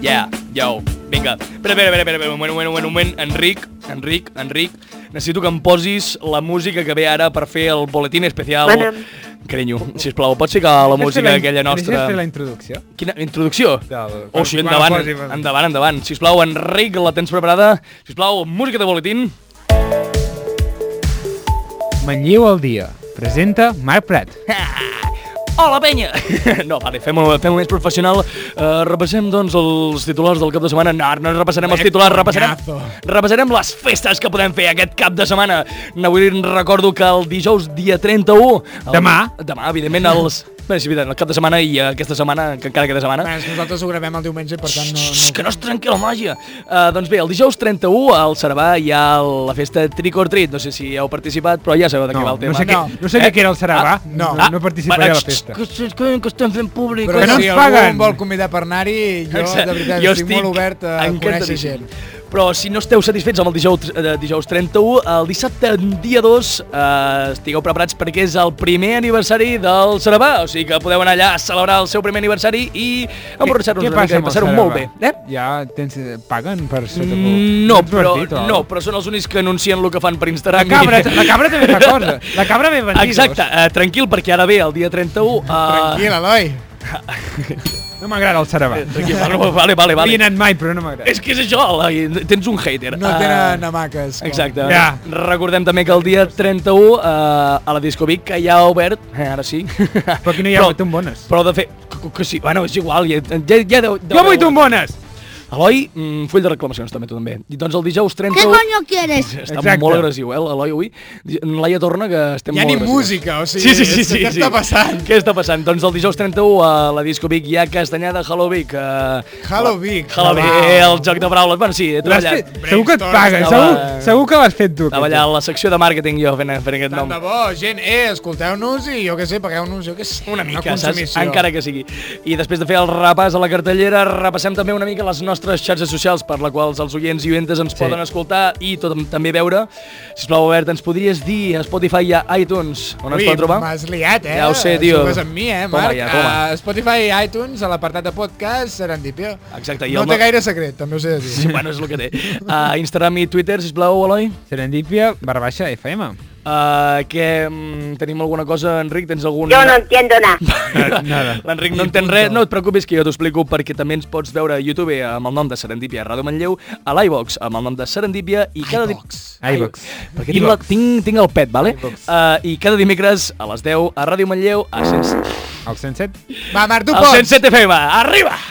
Yeah, yo, vinga. Espera, espera, espera, espera, un moment, un moment, un moment, un moment. Enric, Enric, Enric, necessito que em posis la música que ve ara per fer el boletín especial. Bueno. Carinyo, sisplau, pots ficar la Deixes fer música la- aquella nostra? Deixes fer la introducció? Quina introducció? Del- Oh, sí, quan- quan endavant, la posi, va. endavant, endavant. Sisplau, Enric, la tens preparada? Sisplau, música de boletín. Manlleu al dia. Presenta Marc Prat. Hola, penya! *laughs* No, vale, fem-ho fem més professional. Uh, repassem, doncs, els titulars del cap de setmana. No, no repassarem els titulars, repassarem, conyazo. repassarem les festes que podem fer aquest cap de setmana. Avui recordo que el dijous, dia 31... El, Demà. Demà, evidentment, els... Bé, sí, evident, el cap de setmana i eh, aquesta setmana, que encara queda setmana. Bueno, és que nosaltres ho gravem el diumenge, per tant no... Xxxt, Ah. que no... no es trenqui la màgia. Uh, doncs bé, el dijous 31 al Sarabà hi ha la festa Trick or Treat. No sé si heu participat, però ja sabeu de què va el tema. no, sé què, no. sabia Eh? que era el Sarabà. Ah, no. no, no participaré va, a la xxxt, festa. Que, que, que, que estem fent públic. eh? Però Que no si ens algú paguen. em vol convidar per anar-hi, jo, de veritat, estic, molt obert a conèixer gent. encantadíssim. Però si no esteu satisfets amb el dijous, eh, dijous 31, el dissabte, dia 2, eh, estigueu preparats perquè és el primer aniversari del Sarabà. O sigui que podeu anar allà a celebrar el seu primer aniversari i emborratxar-nos una mica i passar-ho molt bé. Eh? Ja tens, paguen per sota Mm, No, però, no, però són els únics que anuncien el que fan per Instagram. La cabra- la cabra també fa coses. La *laughs* cabra ve vendidos. Exacte, eh, tranquil, perquè ara ve el dia 31. Eh, Tranquil, Eloi. No m'agrada el Sarabà. tranquil. Vale, vale, Eh, vale. No hi he vale. anat mai, però no m'agrada. És que és això, Eloi, tens un hater. No Eh, tenen hamaques. com- Exacte. Ja. Recordem també que el dia 31 eh, a la Disco Vic, que hi ha obert, eh, ara sí. Però aquí no hi ha tombones. Però de fet, que, que sí, bueno, és igual, ja, ja, ja deu, deu, Jo vull tombones! Eloi, mm, full de reclamacions també, tu també. I doncs el dijous 31... ¿Qué coño quieres? Està Exacte. molt agressiu, eh, l'Eloi, avui. Laia torna, que estem Hi ha molt ni agressius. música, o sigui, Sí, sí, sí, sí, què sí. està passant? Què està passant? Doncs el dijous 31 a la Disco Vic hi ha Castanyada Hello Vic. Eh... Hello Vic. Hello Vic, Wow. el joc de paraules. Bueno, sí, he L'has treballat. fet- Segur que et paguen, segur, Estava- segur que l'has fet tu. aquest. Treballar a la secció de màrqueting jo fent, fent aquest nom. Tant de bo, gent, eh, escolteu-nos i jo què sé, pagueu-nos, jo què sé, una mica, una saps? consumició. Encara que sigui. I després de fer el repàs a la cartellera, repassem també una mica les nostres xarxes socials per la quals els oients i oientes ens poden escoltar i tot, també veure. Sisplau, Albert, ens podries dir a Spotify i a iTunes on ens Ui, pot trobar? m'has liat, eh? Ja ho sé, tio. Jugues amb mi, eh, Toma Marc? ja, toma. A Spotify i iTunes, a l'apartat de podcast, Serendipia. Exacte, i No el té no- gaire secret, també us he de Sí, dir. bueno, és el que té. A Instagram i Twitter, sisplau, Eloi. Serendipia barra baixa FM. Uh, que mm, tenim alguna cosa, Enric? Tens algun... Yo no entiendo *laughs* nada. Nada. L'Enric no entén res, no et preocupis que jo t'ho explico perquè també ens pots veure a YouTube amb el nom de Serendipia Ràdio Manlleu, a l'iVox amb el nom de Serendipia i cada... di- iVox. Perquè Eh, tinc, la, tinc, tinc el pet, vale? Uh, I cada dimecres a les 10 a Ràdio Manlleu a 100... El 107? Va, Marc, tu El pots. 107 FM, arriba!